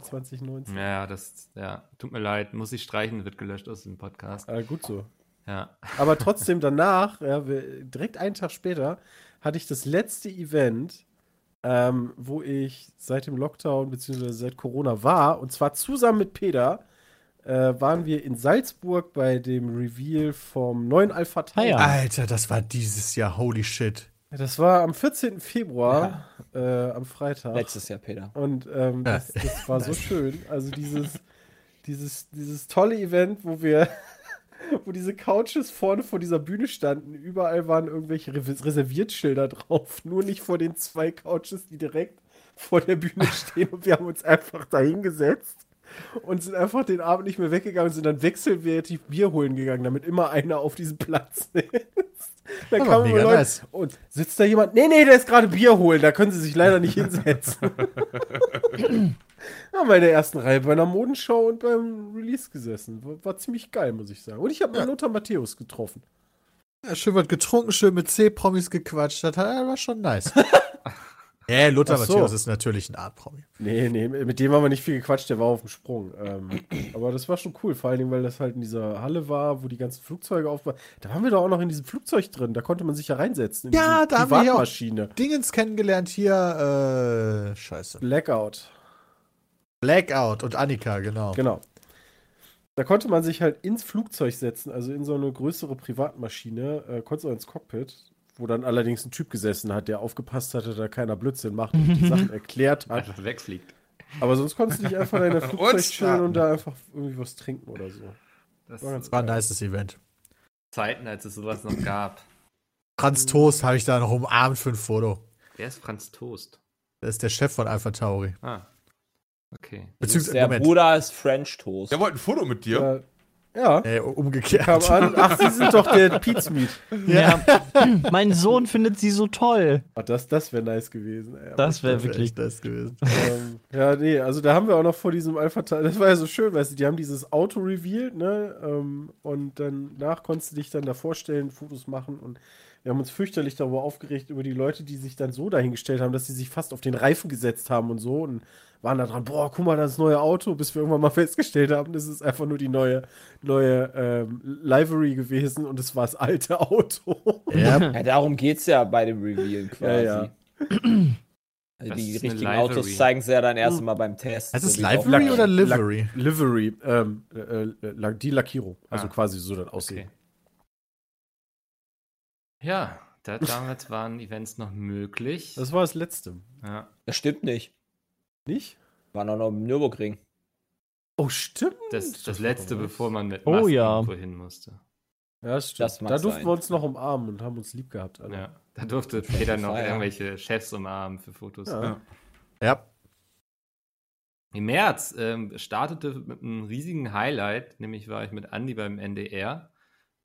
2019.
ja, das, ja, tut mir leid, muss ich streichen, wird gelöscht aus dem
Hm.
Podcast.
Ah, gut so.
Ja.
Aber trotzdem danach, ja, wir, direkt einen Tag später, hatte ich das letzte Event, ähm, wo ich seit dem Lockdown bzw. seit Corona war. Und zwar zusammen mit Peter äh, waren wir in Salzburg bei dem Reveal vom neuen Alpha
Ah,
Tau.
ja.
Alter, das war dieses Jahr, holy shit.
Das war am 14. Februar, äh, am Freitag.
Letztes Jahr, Peter.
Und ähm, das, das war so schön. Also dieses, dieses, dieses tolle Event, wo wir, wo diese Couches vorne vor dieser Bühne standen, überall waren irgendwelche Re Reserviertschilder drauf, nur nicht vor den zwei Couches, die direkt vor der Bühne stehen. Und wir haben uns einfach da hingesetzt und sind einfach den Abend nicht mehr weggegangen und sind dann wechselwertig Bier holen gegangen, damit immer einer auf diesem Platz sitzt. Dann
Aber
kamen immer
mega
Leute
nice.
und sitzt da jemand, nee, nee, der ist gerade Bier holen, da können sie sich leider nicht hinsetzen. ja, bei der ersten Reihe bei einer Modenschau und beim Release gesessen. War, war ziemlich geil, muss ich sagen. Und ich habe mal Lothar Matthäus getroffen.
Ja, schön was getrunken, schön mit C-Promis gequatscht. Das hat- war schon nice. Ja, Äh, Luther
Ach so.
Matthäus ist natürlich ein Art-Promi.
Nee, nee, mit dem haben wir nicht viel gequatscht, der war auf dem Sprung. Ähm, aber das war schon cool, vor allen Dingen, weil das halt in dieser Halle war, wo die ganzen Flugzeuge auf waren. Da waren wir doch auch noch in diesem Flugzeug drin, da konnte man sich ja reinsetzen. In
Ja,
diese
da haben wir ja auch-
Privatmaschine.
Dingens kennengelernt hier, äh, scheiße.
Blackout.
Blackout und Annika, genau.
Genau. Da konnte man sich halt ins Flugzeug setzen, also in so eine größere Privatmaschine, äh, konnte auch ins Cockpit, wo dann allerdings ein Typ gesessen hat, der aufgepasst hatte, da keiner Blödsinn macht und die Sachen erklärt hat.
Einfach wegfliegt.
Aber sonst konntest du dich einfach in dein Flugzeug
Und
chillen
starten.
und da einfach irgendwie was trinken oder so.
Das
War ganz
Das war ein nices Event.
Zeiten, als es sowas noch gab.
Franz Toast habe ich da noch umarmt für ein Foto.
Wer ist Franz Toast?
Das ist der Chef von Alpha Tauri.
Ah. Okay.
Beziehungsweise,
Der
Moment,
Bruder ist French Toast.
Der wollte ein Foto mit dir.
Ja, Äh, ja
nee, um,
kam
umgekehrt.
an. Ach, sie sind doch der Pizza Meat.
Ja. mein Sohn findet sie so toll.
Ah, Das, das wäre nice gewesen. Ey.
Das
wär
wäre wirklich.
echt nice gewesen.
ähm, ja, nee, also da haben wir auch noch vor diesem Alpha Tau, das war ja so schön, weißt du, die haben dieses Auto revealed, ne? Ähm, und danach konntest du dich dann da vorstellen, Fotos machen und wir haben uns fürchterlich darüber aufgeregt, über die Leute, die sich dann so dahingestellt haben, dass sie sich fast auf den Reifen gesetzt haben und so und waren da dran, boah, guck mal, das neue Auto, bis wir irgendwann mal festgestellt haben, das ist einfach nur die neue, neue ähm, Livery gewesen und es war das alte Auto.
Ja,
Ja, darum geht es ja bei dem Reveal quasi.
Ja, ja.
Also
Das
Die
ist eine
richtigen
Livery.
Autos zeigen sie ja dann erst mal beim Test.
das
so
ist
wie drauf
Livery
war.
oder Livery?
Livery, ähm, äh, äh, La- die Lackierung, also
Ah.
quasi so dann aussehen.
Okay. Ja, da, damals waren Events noch möglich.
Das war das letzte.
ja.
Das stimmt nicht.
Nicht?
War noch im Nürburgring.
Oh, stimmt.
Das, das letzte, bevor man mit
Oh
Masken
ja.
irgendwo hin musste.
Ja, stimmt.
Das mag
da durften
sein.
wir uns noch umarmen und haben uns lieb gehabt. alle.
Ja. Da durfte Peter noch
Feier.
irgendwelche Chefs umarmen für Fotos.
Ja.
Ja.
Im März ähm, startete mit einem riesigen Highlight, nämlich war ich mit Andy beim NDR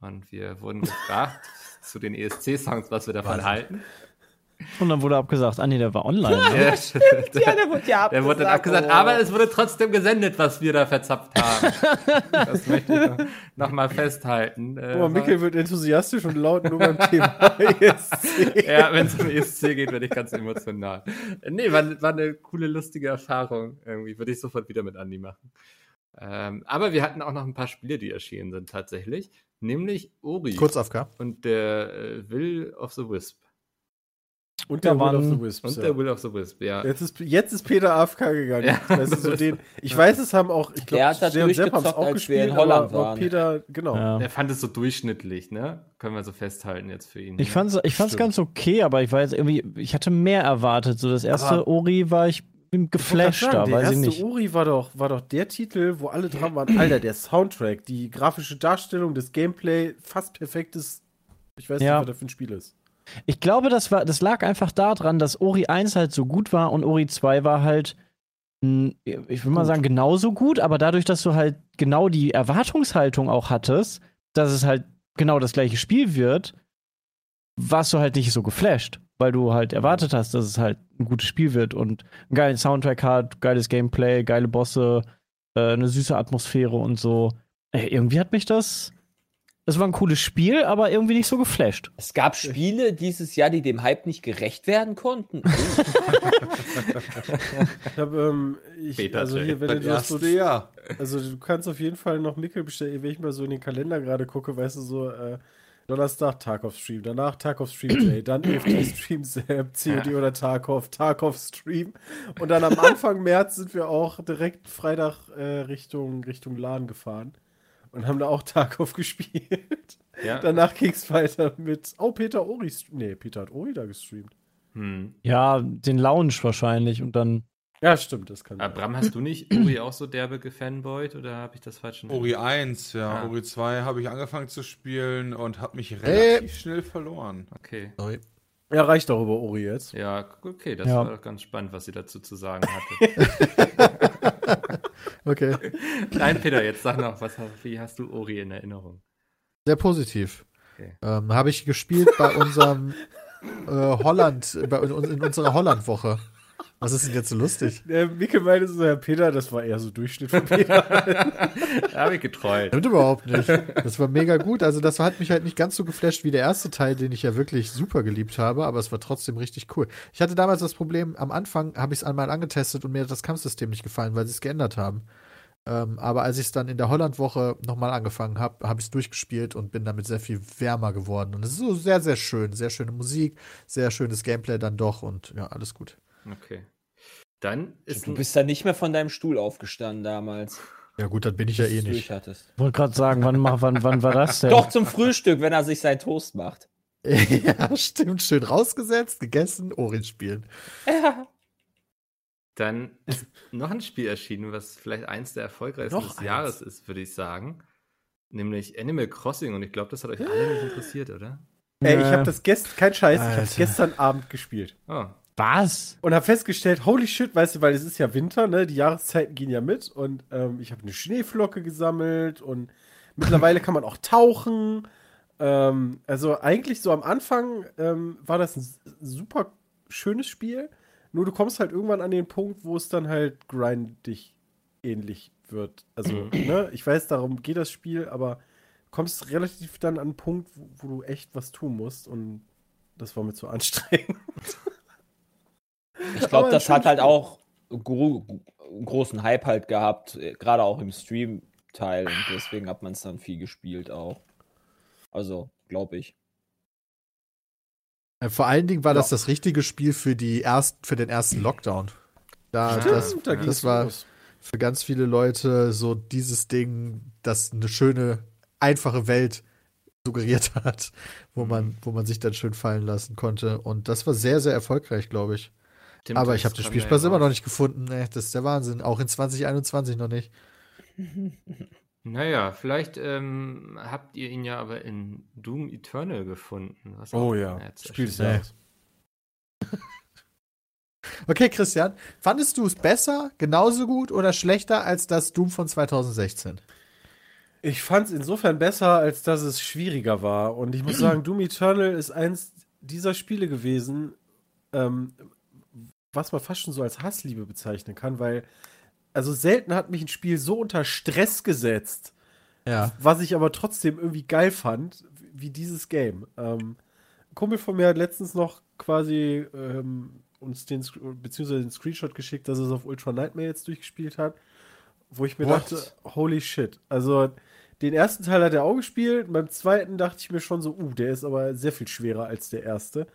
und wir wurden gefragt zu den ESC-Songs, was wir davon halten.
Und dann wurde abgesagt. Ah, nee, der war online.
Ja, stimmt.
Ja, der wurde ja abgesagt.
Der wurde dann abgesagt,
oh.
aber es wurde trotzdem gesendet, was wir da verzapft haben. das möchte ich noch- noch mal festhalten. Äh,
Guck mal, Mikkel wird enthusiastisch und laut nur beim Thema ESC.
ja, wenn es um ESC geht, werde ich ganz emotional. Äh, Nee, war, war eine coole, lustige Erfahrung. Irgendwie würde ich sofort wieder mit Andi machen. Ähm, aber wir hatten auch noch ein paar Spiele, die erschienen sind tatsächlich. Nämlich Ori
Kurz AFK.
und der äh, Will of the Wisp.
Und
Da
der Will of
waren-
the Wisps.
Und
ja.
der Will of the Wisp, ja.
Jetzt ist, jetzt ist Peter AFK gegangen.
Ja.
Weißt du, so den, ich weiß, es haben auch, ich glaube,
Der hat da
Jay und Sepp haben es
durchgezockt,
auch
als wir in
gespielt,
Holland
aber, aber
waren.
Peter, genau.
Ja.
Der fand es so durchschnittlich, ne? Können wir so festhalten jetzt für ihn.
Ich
ne?
fand's, ich fand's ganz okay, aber ich war jetzt irgendwie, ich hatte mehr erwartet. So das erste
Aber-
Ori war ich geflasht da,
der
weiß ich
erste
nicht.
Uri war doch, war doch der Titel, wo alle dran waren. Alter, der Soundtrack, die grafische Darstellung, das Gameplay, fast perfektes. Ich weiß
Ja.
nicht, was das für ein Spiel ist.
Ich glaube, das war, das lag einfach daran, dass Ori 1 halt so gut war und Ori 2 war halt, mh, ich will mal sagen, genauso gut, aber dadurch, dass du halt genau die Erwartungshaltung auch hattest, dass es halt genau das gleiche Spiel wird, warst du halt nicht so geflasht, weil du halt erwartet hast, dass es halt ein gutes Spiel wird und einen geilen Soundtrack hat, geiles Gameplay, geile Bosse, äh, eine süße Atmosphäre und so. Äh, irgendwie hat mich das. Es war ein cooles Spiel, aber irgendwie nicht so geflasht.
Es gab Spiele dieses Jahr, die dem Hype nicht gerecht werden konnten. Oh,
Ich hab, ähm, ich,
Peter
also
Jay.
hier, wenn
Das
du das so,
erste Jahr.
also du kannst auf jeden Fall noch Mickel bestellen, wenn ich mal so in den Kalender gerade gucke, weißt du, so, äh, Donnerstag Tarkov Stream, danach Tarkov Stream Jay, dann EFT Stream Sam, COD oder Tarkov, Tarkov Stream. Und dann am Anfang März sind wir auch direkt Freitag äh, Richtung, Richtung LAN gefahren und haben da auch Tarkov gespielt.
Ja.
Danach ging's weiter mit, oh, Peter Ori, st- nee, Peter hat Ori da gestreamt.
Hm.
Ja, den Lounge wahrscheinlich und dann.
Ja, stimmt, das kann sein.
Abram, hast du nicht Uri auch so derbe gefanboyt oder habe ich das falsch in
Ori 1, ja.
Ah.
Ori 2 habe ich angefangen zu spielen und habe
Äh.
mich relativ schnell verloren.
Okay.
Ja, reicht doch über Ori jetzt.
Ja, okay, das
Ja.
war doch ganz spannend, was sie dazu zu sagen hatte.
Okay.
Nein, Peter, jetzt sag noch, was, hast- wie hast du Ori in Erinnerung?
Sehr positiv.
Okay.
Ähm, Habe ich gespielt bei unserem äh, Holland, bei, in, in unserer Holland-Woche. Was ist denn jetzt so lustig?
Der Micke Äh, meinte so, Herr Peter, das war eher so Durchschnitt von Peter.
Habe ich getreut.
Stimmt überhaupt nicht. Das war mega gut. Also, das hat mich halt nicht ganz so geflasht wie der erste Teil, den ich ja wirklich super geliebt habe, aber es war trotzdem richtig cool. Ich hatte damals das Problem, am Anfang habe ich es einmal angetestet und mir hat das Kampfsystem nicht gefallen, weil sie es geändert haben. Ähm, aber als ich es dann in der Holland-Woche nochmal angefangen habe, habe ich es durchgespielt und bin damit sehr viel wärmer geworden. Und es ist so sehr, sehr schön. Sehr schöne Musik, sehr schönes Gameplay dann doch und ja, alles gut.
Okay. Dann ist
du
ein-
bist da nicht mehr von deinem Stuhl aufgestanden damals.
Ja, gut, dann bin ich ja
bis
eh
du's
nicht.
durch hattest.
Wollte gerade sagen, wann, mach- wann, wann war das denn?
Doch zum Frühstück, wenn er sich seinen Toast macht.
ja, stimmt. Schön rausgesetzt, gegessen, Orange spielen.
Dann ist noch ein Spiel erschienen, was vielleicht eins der erfolgreichsten
Noch
des
eins.
Jahres ist, würde ich sagen. Nämlich Animal Crossing. Und ich glaube, das hat euch alle nicht interessiert, oder?
Ey, ich habe das gestern, kein Scheiß, ich habe
Alter.
gestern Abend gespielt
Oh,
Was?
und habe festgestellt, holy shit, weißt du, weil es ist ja Winter, ne, die Jahreszeiten gehen ja mit und ähm, ich habe eine Schneeflocke gesammelt und mittlerweile kann man auch tauchen. Ähm, also eigentlich so am Anfang ähm, war das ein s- super schönes Spiel, nur du kommst halt irgendwann an den Punkt, wo es dann halt grindig ähnlich wird. Also, ne, ich weiß, darum geht das Spiel, aber du kommst relativ dann an einen Punkt, wo, wo du echt was tun musst und das war mir zu anstrengend.
Ich
Aber
glaube,
ein
das hat
schönes
halt
Spiel.
auch gro großen Hype halt gehabt, äh, gerade auch im Stream-Teil. Und deswegen hat man es dann viel gespielt auch. Also, glaube ich.
Äh, Vor allen Dingen war das das richtige Spiel für, die erst, für den ersten Lockdown. Da,
Stimmt,
Ah, das,
da ging's
das war
los.
für ganz viele Leute so dieses Ding, das eine schöne, einfache Welt suggeriert hat, wo
Mhm.
man, wo man sich dann schön fallen lassen konnte. Und das war sehr, sehr erfolgreich, glaube ich.
stimmt,
Aber ich
das
habe den
kam
Spielspaß
ja
immer noch
raus.
nicht gefunden. Ey, das ist der Wahnsinn. Auch in 2021 noch nicht.
Naja, vielleicht ähm, habt ihr ihn ja aber in Doom Eternal gefunden. was
Oh
auch
ja,
ein Herz
Spiel des
erschüttert.
Jahres.
Okay, Christian, fandest du es besser, genauso gut oder schlechter als das Doom von 2016?
Ich fand es insofern besser, als dass es schwieriger war. Und ich muss sagen, Doom Eternal ist eins dieser Spiele gewesen, ähm, was man fast schon so als Hassliebe bezeichnen kann, weil also selten hat mich ein Spiel so unter Stress gesetzt,
Ja.
was ich aber trotzdem irgendwie geil fand, wie dieses Game. Ähm, ein Kumpel von mir hat letztens noch quasi ähm, uns den, Sc- beziehungsweise den Screenshot geschickt, dass er es auf Ultra Nightmare jetzt durchgespielt hat, wo ich mir
What?
dachte, holy shit. Also den ersten Teil hat er auch gespielt, beim zweiten dachte ich mir schon so, uh, der ist aber sehr viel schwerer als der erste.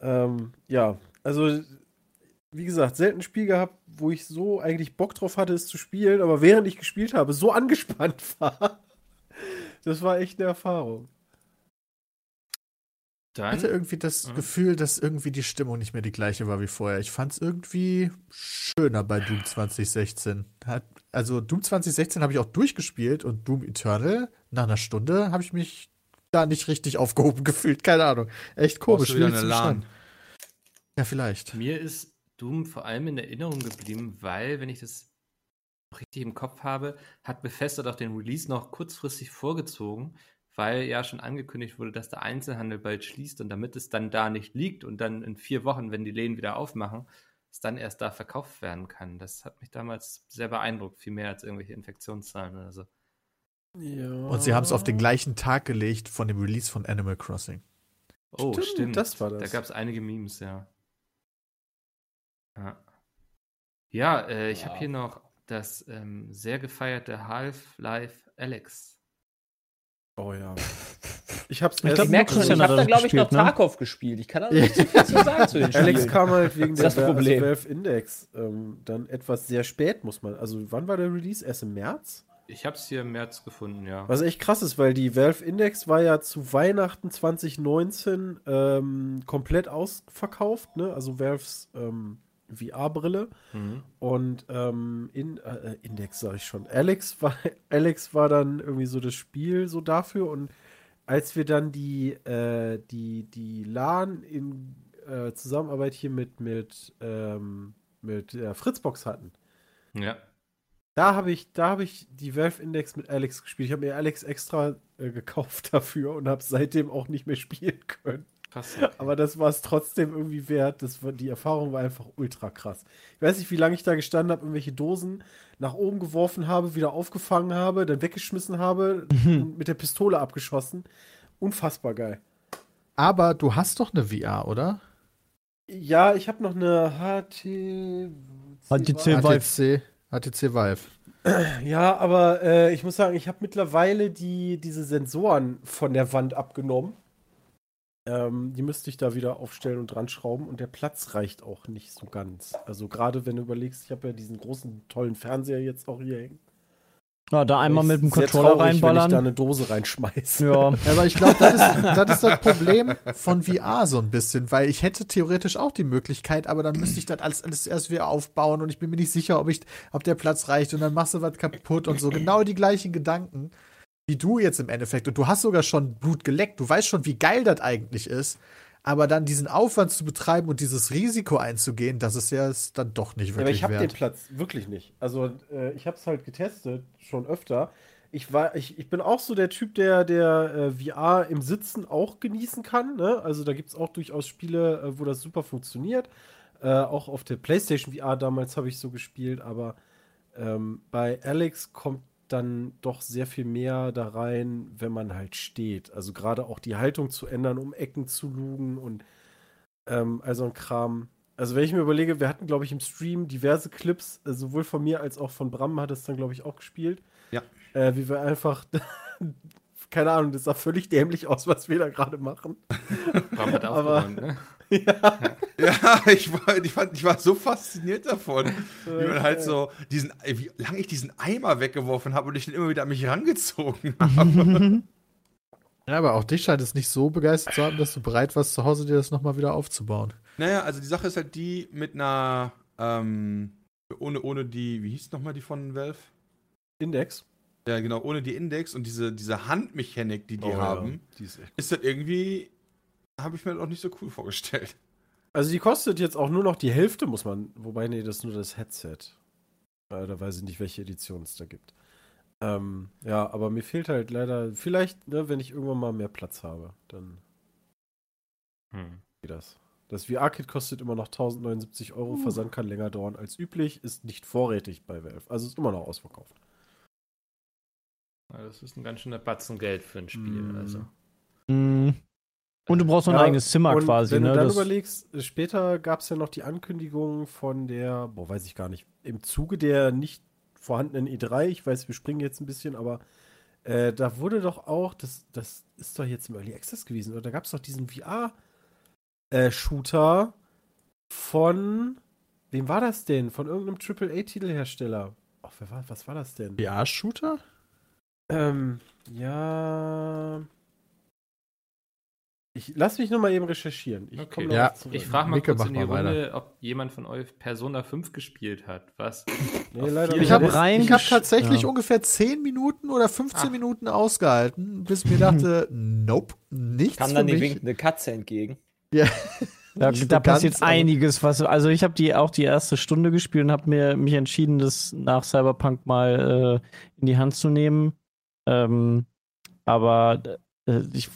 Ähm, ja, also wie gesagt, selten ein Spiel gehabt, wo ich so eigentlich Bock drauf hatte, es zu spielen, aber während ich gespielt habe, so angespannt war. Das war echt eine Erfahrung.
Ich hatte
Dann,
irgendwie das
Mhm.
Gefühl, dass irgendwie die Stimmung nicht mehr die gleiche war wie vorher. Ich fand es irgendwie schöner bei Doom 2016. Hat, also Doom 2016 habe ich auch durchgespielt und Doom Eternal nach einer Stunde habe ich mich da nicht richtig aufgehoben gefühlt. Keine Ahnung. Echt komisch.
Brauchst du wieder
schwierig
eine
zu
LAN?
beschreiben. Ja, vielleicht.
mir ist Doom vor allem in Erinnerung geblieben, weil, wenn ich das noch richtig im Kopf habe, hat Bethesda doch den Release noch kurzfristig vorgezogen, weil ja schon angekündigt wurde, dass der Einzelhandel bald schließt und damit es dann da nicht liegt und dann in vier Wochen, wenn die Läden wieder aufmachen, es dann erst da verkauft werden kann. Das hat mich damals sehr beeindruckt, viel mehr als irgendwelche Infektionszahlen oder so.
Ja.
Und sie haben es auf den gleichen Tag gelegt von dem Release von Animal Crossing.
Oh,
Stimmt,
stimmt.
das war das.
Da gab es einige Memes, ja. Ja, ja äh, ich habe
Wow.
hier noch das ähm, sehr gefeierte Half-Life Alex.
Oh ja. Ich hab's
Ich
erst-
glaub,
Ich merke schon,
Christian
ich
hat
habe da,
das
glaube ich, noch
gespielt, ne?
Tarkov gespielt. Ich kann da nicht so viel zu sagen zu den Spielen.
Alex kam halt wegen der
Das
Valve-
Problem.
Also Valve Index ähm, dann etwas sehr spät, muss man. Also, wann war der Release? Erst im März?
Ich habe es hier im März gefunden, ja.
Was echt krass ist, weil die Valve Index war ja zu Weihnachten 2019 ähm, komplett ausverkauft, ne? Also Valves ähm, VR-Brille.
Mhm.
Und ähm, in, äh, äh, Index sage ich schon. Alex war, Alex war dann irgendwie so das Spiel so dafür. Und als wir dann die, äh, die, die LAN in äh, Zusammenarbeit hier mit, mit, ähm, mit äh, Fritzbox hatten,
Ja.
da habe ich, da habe ich die Valve Index mit Alex gespielt. Ich habe mir Alex extra äh, gekauft dafür und habe seitdem auch nicht mehr spielen können.
Krass.
Aber das war es trotzdem irgendwie wert. Das war, die Erfahrung war einfach ultra krass. Ich weiß nicht, wie lange ich da gestanden habe, irgendwelche Dosen nach oben geworfen habe, wieder aufgefangen habe, dann weggeschmissen habe und mit der Pistole abgeschossen. Unfassbar geil.
Aber du hast doch eine VR, oder?
Ja, ich habe noch eine HT.
HTC.
HTC, HTC Vive.
Ja, aber äh, ich muss sagen, ich habe mittlerweile die, diese Sensoren von der Wand abgenommen. Ähm, die müsste ich da wieder aufstellen und dran schrauben und der Platz reicht auch nicht so ganz. Also gerade wenn du überlegst, ich habe ja diesen großen tollen Fernseher jetzt auch hier hängen.
Ja, da einmal
Ist
mit dem
sehr
Controller
traurig, Wenn ich da
reinballern.
eine Dose reinschmeiße.
Ja.
Ja, aber ich glaube, das ist, das ist das Problem von VR so ein bisschen, weil ich hätte theoretisch auch die Möglichkeit, aber dann müsste ich das alles, alles erst wieder aufbauen und ich bin mir nicht sicher, ob, ich, ob der Platz reicht und dann machst du was kaputt und so. Genau die gleichen Gedanken wie du jetzt im Endeffekt. Und du hast sogar schon Blut geleckt, du weißt schon, wie geil das eigentlich ist, aber dann diesen Aufwand zu betreiben und dieses Risiko einzugehen, das ist ja es dann doch nicht
Ja, aber
wirklich
ich habe den
wert.
Platz wirklich nicht. Also äh, ich habe es halt getestet schon öfter. Ich war, ich, ich bin auch so der Typ, der der äh, VR im Sitzen auch genießen kann. Ne? Also da gibt es auch durchaus Spiele, äh, wo das super funktioniert. Äh, auch auf der PlayStation VR damals habe ich so gespielt, aber ähm, bei Alex kommt dann doch sehr viel mehr da rein, wenn man halt steht. Also gerade auch die Haltung zu ändern, um Ecken zu lugen und ähm, also ein Kram. Also wenn ich mir überlege, wir hatten, glaube ich, im Stream diverse Clips, äh, sowohl von mir als auch von Bram hat es dann, glaube ich, auch gespielt.
Ja.
Äh, wie wir einfach, keine Ahnung, das sah völlig dämlich aus, was wir da gerade machen.
Bram hat
Aber-
aufgeräumt, ne?
Ja, ich war, ich, fand, ich war so fasziniert davon, wie man halt
äh.
so diesen, wie lange ich diesen Eimer weggeworfen habe und ich den immer wieder an mich rangezogen habe.
Ja, aber auch dich scheint es nicht so begeistert zu haben, dass du bereit warst, zu Hause dir das nochmal wieder aufzubauen.
Naja, also die Sache ist halt die mit einer, ähm, ohne, ohne die, wie hieß nochmal die von Valve?
Äh, Index.
Ja, genau, ohne die Index und diese, diese Handmechanik, die die haben,
Oh, Die ist echt
ist das irgendwie, habe ich mir das auch nicht so cool vorgestellt.
Also die kostet jetzt auch nur noch die Hälfte, muss man. Wobei, nee, das ist nur das Headset. Äh, da weiß ich nicht, welche Edition es da gibt. Ähm, ja, aber mir fehlt halt leider, vielleicht, ne, wenn ich irgendwann mal mehr Platz habe, dann
Hm.
geht das. Das VR-Kit kostet immer noch 1079 Euro, Versand kann länger dauern als üblich, ist nicht vorrätig bei Valve, also ist immer noch ausverkauft.
Ja, Das ist ein ganz schöner Batzen Geld für ein Spiel.
Mm.
Also.
Mhm. Und du brauchst noch
Ja,
ein eigenes Zimmer
Und
quasi,
wenn
ne?
du dann
Das-
überlegst, äh, später gab es ja noch die Ankündigung von der, boah, weiß ich gar nicht, im Zuge der nicht vorhandenen E3, ich weiß, wir springen jetzt ein bisschen, aber äh, da wurde doch auch, das, das ist doch jetzt im Early Access gewesen, oder da gab es doch diesen VR-Shooter von, wem war das denn? Von irgendeinem AAA-Titelhersteller. Ach, wer war, was war das denn?
VR-Shooter?
Ähm, ja. Ich lass mich nur mal eben recherchieren. Ich
Okay.
komm noch
Ja,
auf zurück.
Ich frage mal
Micke,
kurz in die
mach mal
Runde, ob jemand von euch Persona 5 gespielt hat. Was?
Nee, leider
Ich
nicht.
hab
Das-
rein-
Ich habe tatsächlich
Ja. Ah.
ungefähr 10 Minuten oder 15
Ach.
Minuten ausgehalten, bis mir dachte, nope, nichts
Kam
für
dann die
mich.
winkende Katze entgegen.
Da,
Nicht so
da
ganz,
passiert
aber-
einiges, was. Also ich habe die auch die erste Stunde gespielt und habe mir mich entschieden, das nach Cyberpunk mal äh, in die Hand zu nehmen. Ähm, aber äh, ich,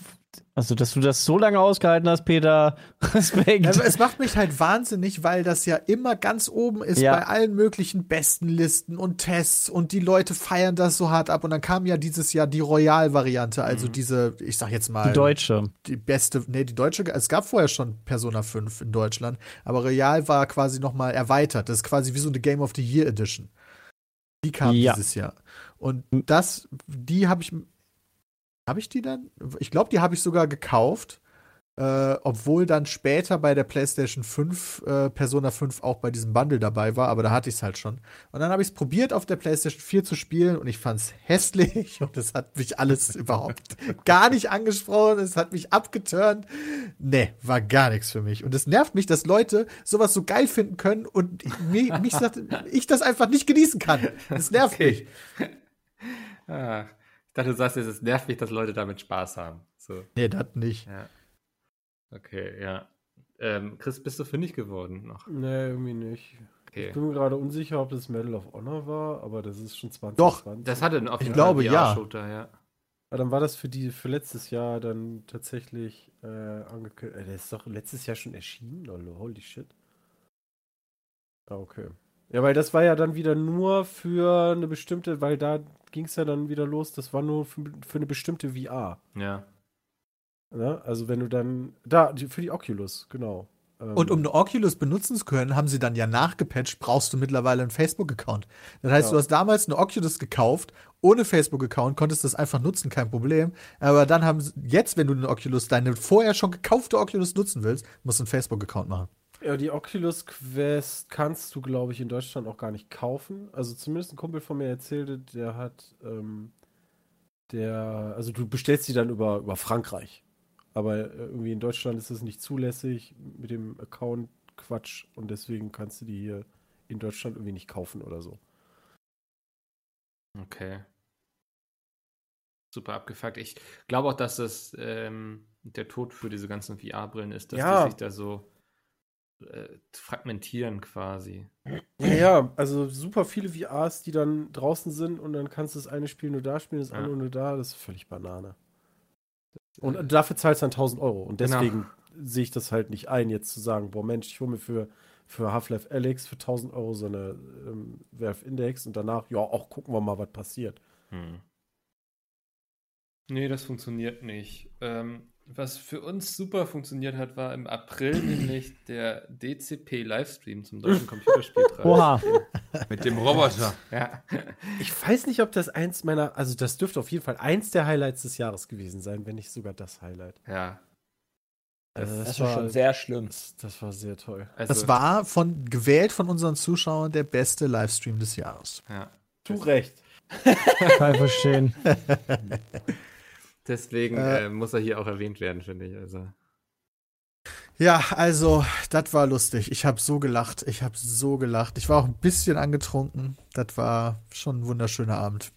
also dass du das so lange ausgehalten hast, Peter, Respekt.
Also es macht mich halt wahnsinnig, weil das ja immer ganz oben ist
Ja.
bei allen möglichen besten Listen und Tests und die Leute feiern das so hart ab und dann kam ja dieses Jahr die Royal-Variante, also diese, ich sag jetzt mal
Mhm. die Deutsche.
die beste, nee, die deutsche, es gab vorher schon Persona 5 in Deutschland, aber Royal war quasi nochmal erweitert. Das ist quasi wie so eine Game of the Year Edition. Die kam
Ja.
dieses Jahr. Und das, die habe ich, habe ich die dann? Ich glaube, die habe ich sogar gekauft. Äh, obwohl dann später bei der PlayStation 5 äh, Persona 5 auch bei diesem Bundle dabei war, aber da hatte ich es halt schon. Und dann habe ich es probiert, auf der PlayStation 4 zu spielen und ich fand es hässlich und es hat mich alles überhaupt gar nicht angesprochen, es hat mich abgeturnt. Nee, war gar nichts für mich. Und es nervt mich, dass Leute sowas so geil finden können und mir, mich sagt, ich das einfach nicht genießen kann. Das nervt mich.
Ah, ich dachte, du sagst jetzt, es nervt mich, dass Leute damit Spaß haben. So,
Nee, das nicht.
ja. Okay, ja. Ähm, Chris, bist du fündig geworden noch?
Nee, irgendwie nicht. Ich
Okay.
bin mir gerade unsicher, ob das Medal of Honor war, aber das ist schon 20.
Doch,
Das hatte einen offiziellen
glaube, ja.
Shooter, ja.
Aber dann war das für die für letztes Jahr dann tatsächlich äh, angekündigt. Äh, der ist doch letztes Jahr schon erschienen, Lolo. Holy shit. Ah, okay. Ja, weil das war ja dann wieder nur für eine bestimmte, weil da ging es ja dann wieder los, das war nur für, für eine bestimmte VR.
Ja.
Ne? Also wenn du dann. Da, die, für die Oculus, genau. Ähm,
Und um eine Oculus benutzen zu können, haben sie dann ja nachgepatcht, brauchst du mittlerweile einen Facebook-Account. Das heißt,
Ja.
du hast damals eine Oculus gekauft, ohne Facebook-Account, konntest das einfach nutzen, kein Problem. Aber dann haben sie, jetzt, wenn du eine Oculus, deine vorher schon gekaufte Oculus nutzen willst, musst du einen Facebook-Account machen.
ja, die Oculus Quest kannst du, glaube ich, in Deutschland auch gar nicht kaufen. Also zumindest ein Kumpel von mir erzählte, der hat, ähm, der, also du bestellst sie dann über, über Frankreich. Aber äh, irgendwie in Deutschland ist es nicht zulässig mit dem Account Quatsch und deswegen kannst du die hier in Deutschland irgendwie nicht kaufen oder so.
Okay. Super abgefuckt. Ich glaube auch, dass das ähm, der Tod für diese ganzen VR-Brillen ist, dass
Ja.
die sich da so äh, fragmentieren quasi.
Ja, ja, also super viele VRs, die dann draußen sind und dann kannst du das eine Spiel nur da spielen, das
Ja.
andere nur da, das ist völlig Banane. Und dafür zahlst du dann 1000 Euro. Und
Genau.
deswegen sehe ich das halt nicht ein, jetzt zu sagen, boah Mensch, ich hole mir für, für Half-Life Alex für 1000 Euro so eine ähm, Valve Index und danach, ja, auch gucken wir mal, was passiert.
Hm. Nee, das funktioniert nicht. Ähm, was für uns super funktioniert hat, war im April nämlich der DCP-Livestream zum deutschen Computerspielpreis.
Oha.
Mit dem Roboter.
Ja.
Ich weiß nicht, ob das eins meiner, also das dürfte auf jeden Fall eins der Highlights des Jahres gewesen sein, wenn nicht sogar das Highlight.
ja.
Also
Das, war schon sehr schlimm.
das, das war sehr toll.
Also,
Das war von gewählt von unseren Zuschauern der beste Livestream des Jahres.
Ja.
Du recht.
Kann ich verstehen.
Deswegen
Äh,
äh, muss er hier auch erwähnt werden, finde ich. Also.
Ja, also, das war lustig. Ich habe so gelacht. Ich habe so gelacht. Ich war auch ein bisschen angetrunken. Das war schon ein wunderschöner Abend.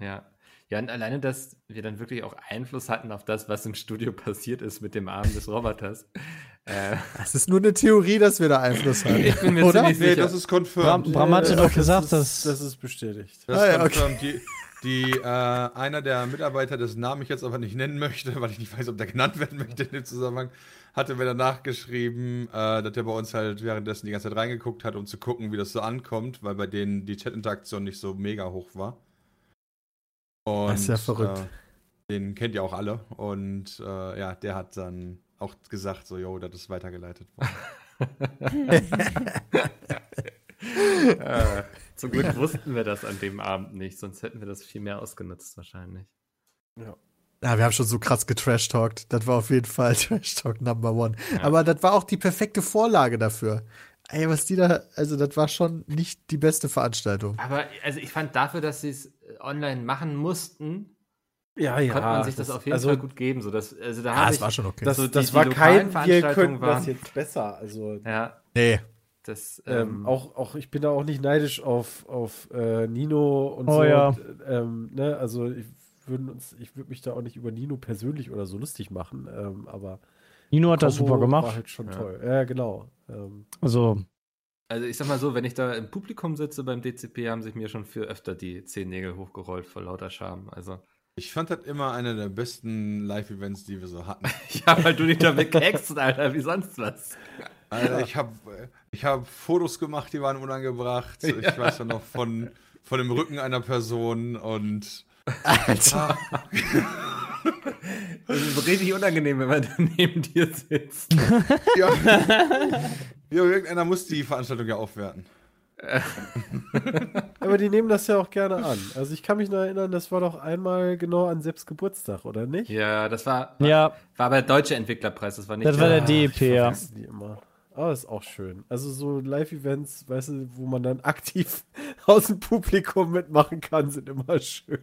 Ja. Ja, und alleine, dass wir dann wirklich auch Einfluss hatten auf das, was im Studio passiert ist mit dem Arm des Roboters. äh,
Es ist nur eine Theorie, dass wir da Einfluss haben.
ich bin mir
Oder?
ziemlich
Nee,
sicher.
das ist
Bram,
confirmed.
Bram hatte
Äh,
doch gesagt,
ist,
dass.
Das ist bestätigt.
Das
Ah, ja,
ist confirmed. Die, die äh, einer der Mitarbeiter, dessen Namen ich jetzt aber nicht nennen möchte, weil ich nicht weiß, ob der genannt werden möchte in dem Zusammenhang, hatte mir danach geschrieben, äh, dass der bei uns halt währenddessen die ganze Zeit reingeguckt hat, um zu gucken, wie das so ankommt, weil bei denen die Chat-Interaktion nicht so mega hoch war. Und,
Das ist ja verrückt.
Äh, den kennt ihr auch alle. Und äh, ja, der hat dann auch gesagt, so, yo, das ist weitergeleitet worden.
äh, zum Glück wussten wir das an dem Abend nicht, sonst hätten wir das viel mehr ausgenutzt wahrscheinlich.
Ja, wir haben schon so krass getrashtalkt. Das war auf jeden Fall Trashtalk Number One. Aber das war auch die perfekte Vorlage dafür. Ey, was die da, also das war schon nicht die beste
Ah,
Veranstaltung.
Aber also ich fand dafür, dass sie es äh, online machen mussten,
Ja, ja.
konnte man sich das, auf jeden
also,
Fall gut geben. So dass, also da
Ja,
habe
es
ich,
Ah, war schon okay.
Das,
so die-
das
die
war
lokalen
kein, wir
Veranstaltungen
könnten das
waren-
jetzt besser. Also,
Ja,
nee.
das
ähm, auch, auch, ich bin da auch nicht neidisch auf, auf äh, Nino und
Oh,
so.
ja.
Und, ähm, ne? Also, ich würde uns, ich würde mich da auch nicht über Nino persönlich oder so lustig machen, ähm, aber
Nino hat das
Combo
super
War
gemacht.
halt schon
Ja.
toll. Ja, genau. Ähm,
Also,
Also ich sag mal so, wenn ich da im Publikum sitze beim DCP, haben sich mir schon viel öfter die Zehennägel hochgerollt vor lauter Scham. Also
Ich fand das immer einer der besten Live-Events, die wir so hatten.
ja, weil du dich damit gehäckst, Alter, wie sonst was.
Also ich habe ich hab Fotos gemacht, die waren unangebracht. Ich weiß ja noch von, von dem Rücken einer Person und
Also.
Alter.
Das ist richtig unangenehm, wenn man neben dir sitzt.
ja, ja, irgendeiner muss die Veranstaltung ja aufwerten.
aber die nehmen das ja auch gerne an. Also ich kann mich noch erinnern, das war doch einmal genau an Seps Geburtstag, oder nicht?
Ja, das war,
ja,
war aber der deutsche Entwicklerpreis, das war nicht
das war der
Ah,
DEP, E ja.
Vergessen Die immer. Aber ist auch schön. Also so Live-Events, weißt du, wo man dann aktiv aus dem Publikum mitmachen kann, sind immer schön.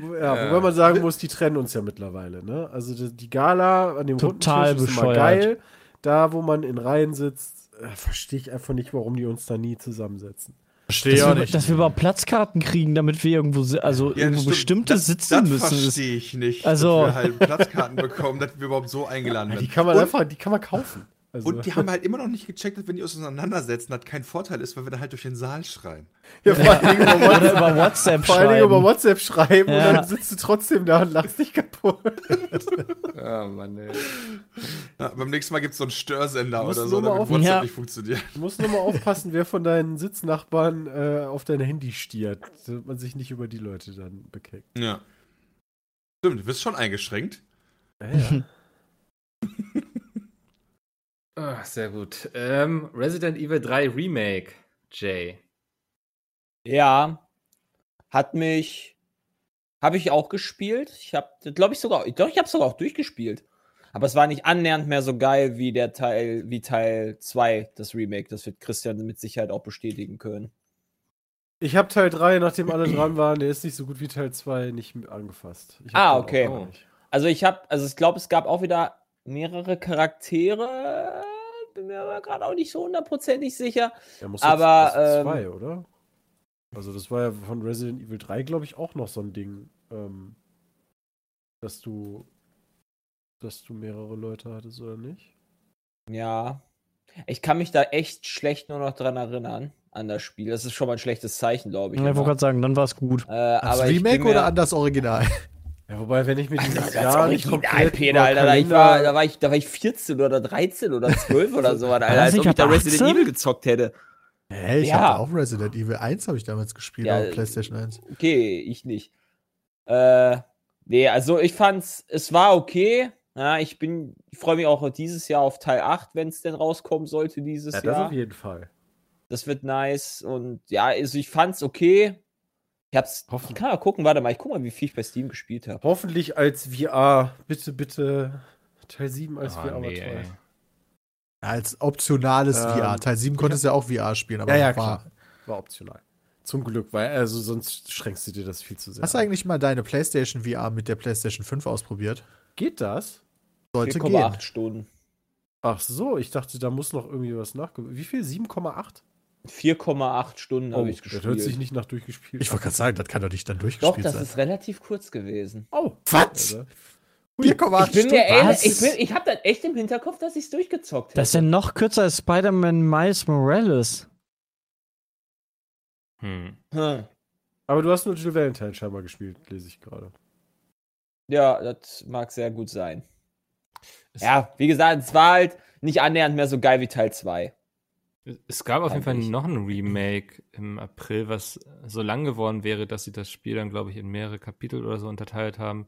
Wobei- ja, wobei man sagen muss, die trennen uns ja mittlerweile, ne? Also die, die Gala an dem runden
Total
Tisch ist immer
bescheuert.
geil. Da, wo man in Reihen sitzt, äh, verstehe ich einfach nicht, warum die uns da nie zusammensetzen.
Verstehe
dass, wir, dass wir überhaupt Platzkarten kriegen, damit wir irgendwo, si- also
Ja,
irgendwo
stimmt.
bestimmte
Das-
sitzen
Das
müssen. Das-
verstehe ich nicht,
Also-
dass wir halt Platzkarten bekommen, dass wir überhaupt so eingeladen
Die
werden.
kann man
und,
einfach, die kann man kaufen. Also,
und die haben halt immer noch nicht gecheckt, dass wenn die uns auseinandersetzen, das kein Vorteil ist, weil wir dann halt durch den Saal schreien.
ja, vor allen Dingen über
Oder über WhatsApp
Vor allen Dingen über
schreiben.
WhatsApp schreiben
Ja.
und dann sitzt du trotzdem da und lachst dich kaputt.
Ah, Mann, ey.
Ja, beim nächsten Mal gibt es so einen Störsender
Muss
oder so,
nur mal
damit
auf-
WhatsApp
Ja.
nicht funktioniert.
Du musst nur mal aufpassen, wer von deinen Sitznachbarn äh, auf dein Handy stiert, damit man sich nicht über die Leute dann bekeckt.
Ja. Stimmt, du bist schon eingeschränkt.
Ja, ja.
Ah, sehr gut. Ähm, Resident Evil 3 Remake, Jay.
Ja, hat mich, habe ich auch gespielt. Ich habe, glaube ich sogar, doch ich habe sogar auch durchgespielt. Aber es war nicht annähernd mehr so geil wie der Teil, wie Teil 2, das Remake. Das wird Christian mit Sicherheit auch bestätigen können.
Ich habe Teil 3, nachdem alle dran waren, der ist nicht so gut wie Teil 2, nicht mit angefasst. Ich hab
Ah,
den auch
okay.
gar nicht.
Also ich habe, also ich glaube, es gab auch wieder mehrere Charaktere. Bin mir aber gerade auch nicht so hundertprozentig sicher.
Der muss
Aber,
jetzt erst
ähm,
zwei, oder? Also das war ja von Resident Evil 3, glaube ich, auch noch so ein Ding, ähm, dass du, dass du mehrere Leute hattest, oder nicht?
Ja. Ich kann mich da echt schlecht nur noch dran erinnern an das Spiel. Das ist schon mal ein schlechtes Zeichen, glaube ich.
Ja, ich
immer.
wollte gerade sagen, dann war es gut.
Äh,
Als
aber ich bin
Remake
mir-
oder an das Original?
Ja, wobei, wenn ich mir dieses
Das
Jahr nicht
Original,
komplett
Peter,
über
Alter. Da ich
Kalender-
war, da, war ich, da war ich 14 oder 13 oder 12 oder so, Alter.
das
Als
nicht
ob ich da
ab
Resident
18?
Evil gezockt hätte.
Hey, ich
Ja.
habe auch Resident Evil 1 habe ich damals gespielt
Ja,
auf PlayStation 1.
Okay, ich nicht. Äh, nee, also ich fand's, es war okay. Ja, ich bin, ich freue mich auch dieses Jahr auf Teil 8, wenn es denn rauskommen sollte dieses
ja, das
Jahr.
auf jeden Fall.
Das wird nice. Und ja, also ich fand's okay. Ich hab's. Ich
Hoffentlich,
kann mal gucken, warte mal, ich guck mal, wie viel ich bei Steam gespielt habe.
hoffentlich als VR. Bitte, bitte. Teil 7 als VR war toll.
ey.
Als optionales
Ähm,
VR. Teil 7 konntest du ja auch VR spielen, aber
Ja, ja,
war-
klar. War optional. Zum Glück, weil also sonst schränkst du dir das viel zu sehr.
Hast du
ein.
eigentlich mal deine PlayStation VR mit der PlayStation 5 ausprobiert?
Geht das?
Sollte gehen.
4,8 Stunden.
Ach so, ich dachte, da muss noch irgendwie was nachkommen. Wie viel? 7,8?
4,8 Stunden habe
Oh,
ich
das
gespielt.
hört sich nicht nach durchgespielt.
Ich wollte gerade sagen, das kann doch nicht dann
Doch,
durchgespielt
das
sein.
ist relativ kurz gewesen.
oh,
Was?
Alter.
4,8
Ich bin mir ehrlich, ich,
Was?
bin- ich habe dann echt im Hinterkopf, dass ich es durchgezockt hätte.
Das ist ja noch kürzer als Spider-Man Miles Morales.
Hm.
Hm.
Aber du hast nur Jill Valentine scheinbar gespielt, lese ich gerade.
Ja, das mag sehr gut sein.
Es-
Ja, wie gesagt, es war halt nicht annähernd mehr so geil wie Teil 2.
Es gab auf jeden Fall
Eigentlich.
noch ein Remake im April, was so lang geworden wäre, dass sie das Spiel dann, glaube ich, in mehrere Kapitel oder so unterteilt haben.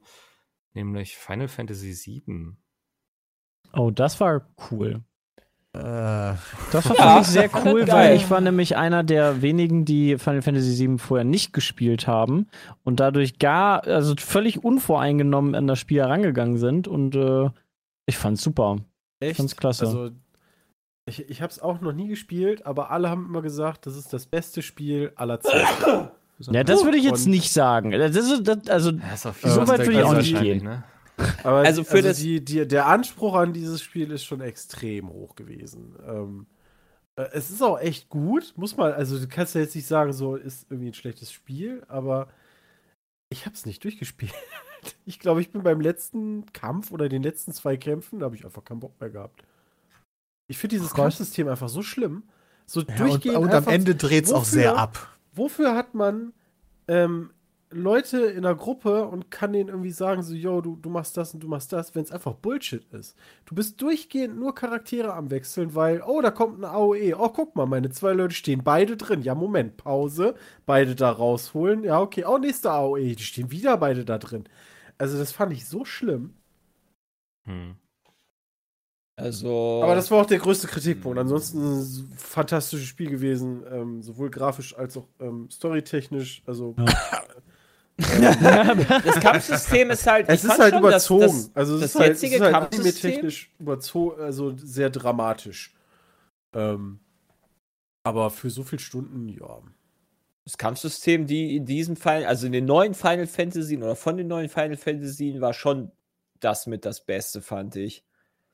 Nämlich Final Fantasy VII.
Oh, das war cool.
Äh,
Das war
Ja,
für mich sehr
ich fand
cool,
das
weil
geil.
ich war nämlich einer der wenigen, die Final Fantasy VII vorher nicht gespielt haben und dadurch gar, also völlig unvoreingenommen an das Spiel herangegangen sind und äh, ich fand's super.
Echt?
Ganz klasse.
Also, ich, ich habe es auch noch nie gespielt, aber alle haben immer gesagt, das ist das beste Spiel aller Zeiten.
Ja, das würde ich jetzt
Und-
nicht sagen. Das ist, das, also,
Das ist auf
So weit
Fall
will ich auch nicht
wahrscheinlich,
gehen.
Ne?
Aber
Also
also
für das-
die, die, der Anspruch an dieses Spiel ist schon extrem hoch gewesen. Ähm, äh, es ist auch echt gut, muss man, also du kannst ja jetzt nicht sagen, so ist irgendwie ein schlechtes Spiel, aber ich habe es nicht durchgespielt. Ich glaube, ich bin beim letzten Kampf oder den letzten zwei Kämpfen, da habe ich einfach keinen Bock mehr gehabt. Ich finde dieses
Krass.
Kampfsystem einfach so schlimm. So
ja, und
durchgehend.
und am
einfach-
Ende dreht es auch
wofür-
sehr ab.
wofür hat man ähm, Leute in einer Gruppe und kann denen irgendwie sagen, so, yo, du, du machst das und du machst das, wenn es einfach Bullshit ist. Du bist durchgehend nur Charaktere am Wechseln, weil, oh, da kommt ein AOE. Oh, guck mal, meine zwei Leute stehen beide drin. Ja, Moment, Pause. Beide da rausholen. Ja, okay. Oh, nächster AOE. Die stehen wieder beide da drin. Also, das fand ich so schlimm.
Hm.
Also.
Aber das war auch der größte Kritikpunkt. Ansonsten ist es ein fantastisches Spiel gewesen, ähm, sowohl grafisch als auch ähm, storytechnisch. Also,
ähm, Das Kampfsystem ist halt.
Es
ich
ist
fand
halt
schon, dass-
überzogen.
Das,
also es
das
ist halt, es
jetzige
ist halt
Kampfsystem-
anime-technisch überzogen, also sehr dramatisch. Ähm, aber für so viele Stunden, ja.
das Kampfsystem, die in diesem Fall, also in den neuen Final Fantasyen oder von den neuen Final Fantasyen, war schon das mit das Beste, fand ich.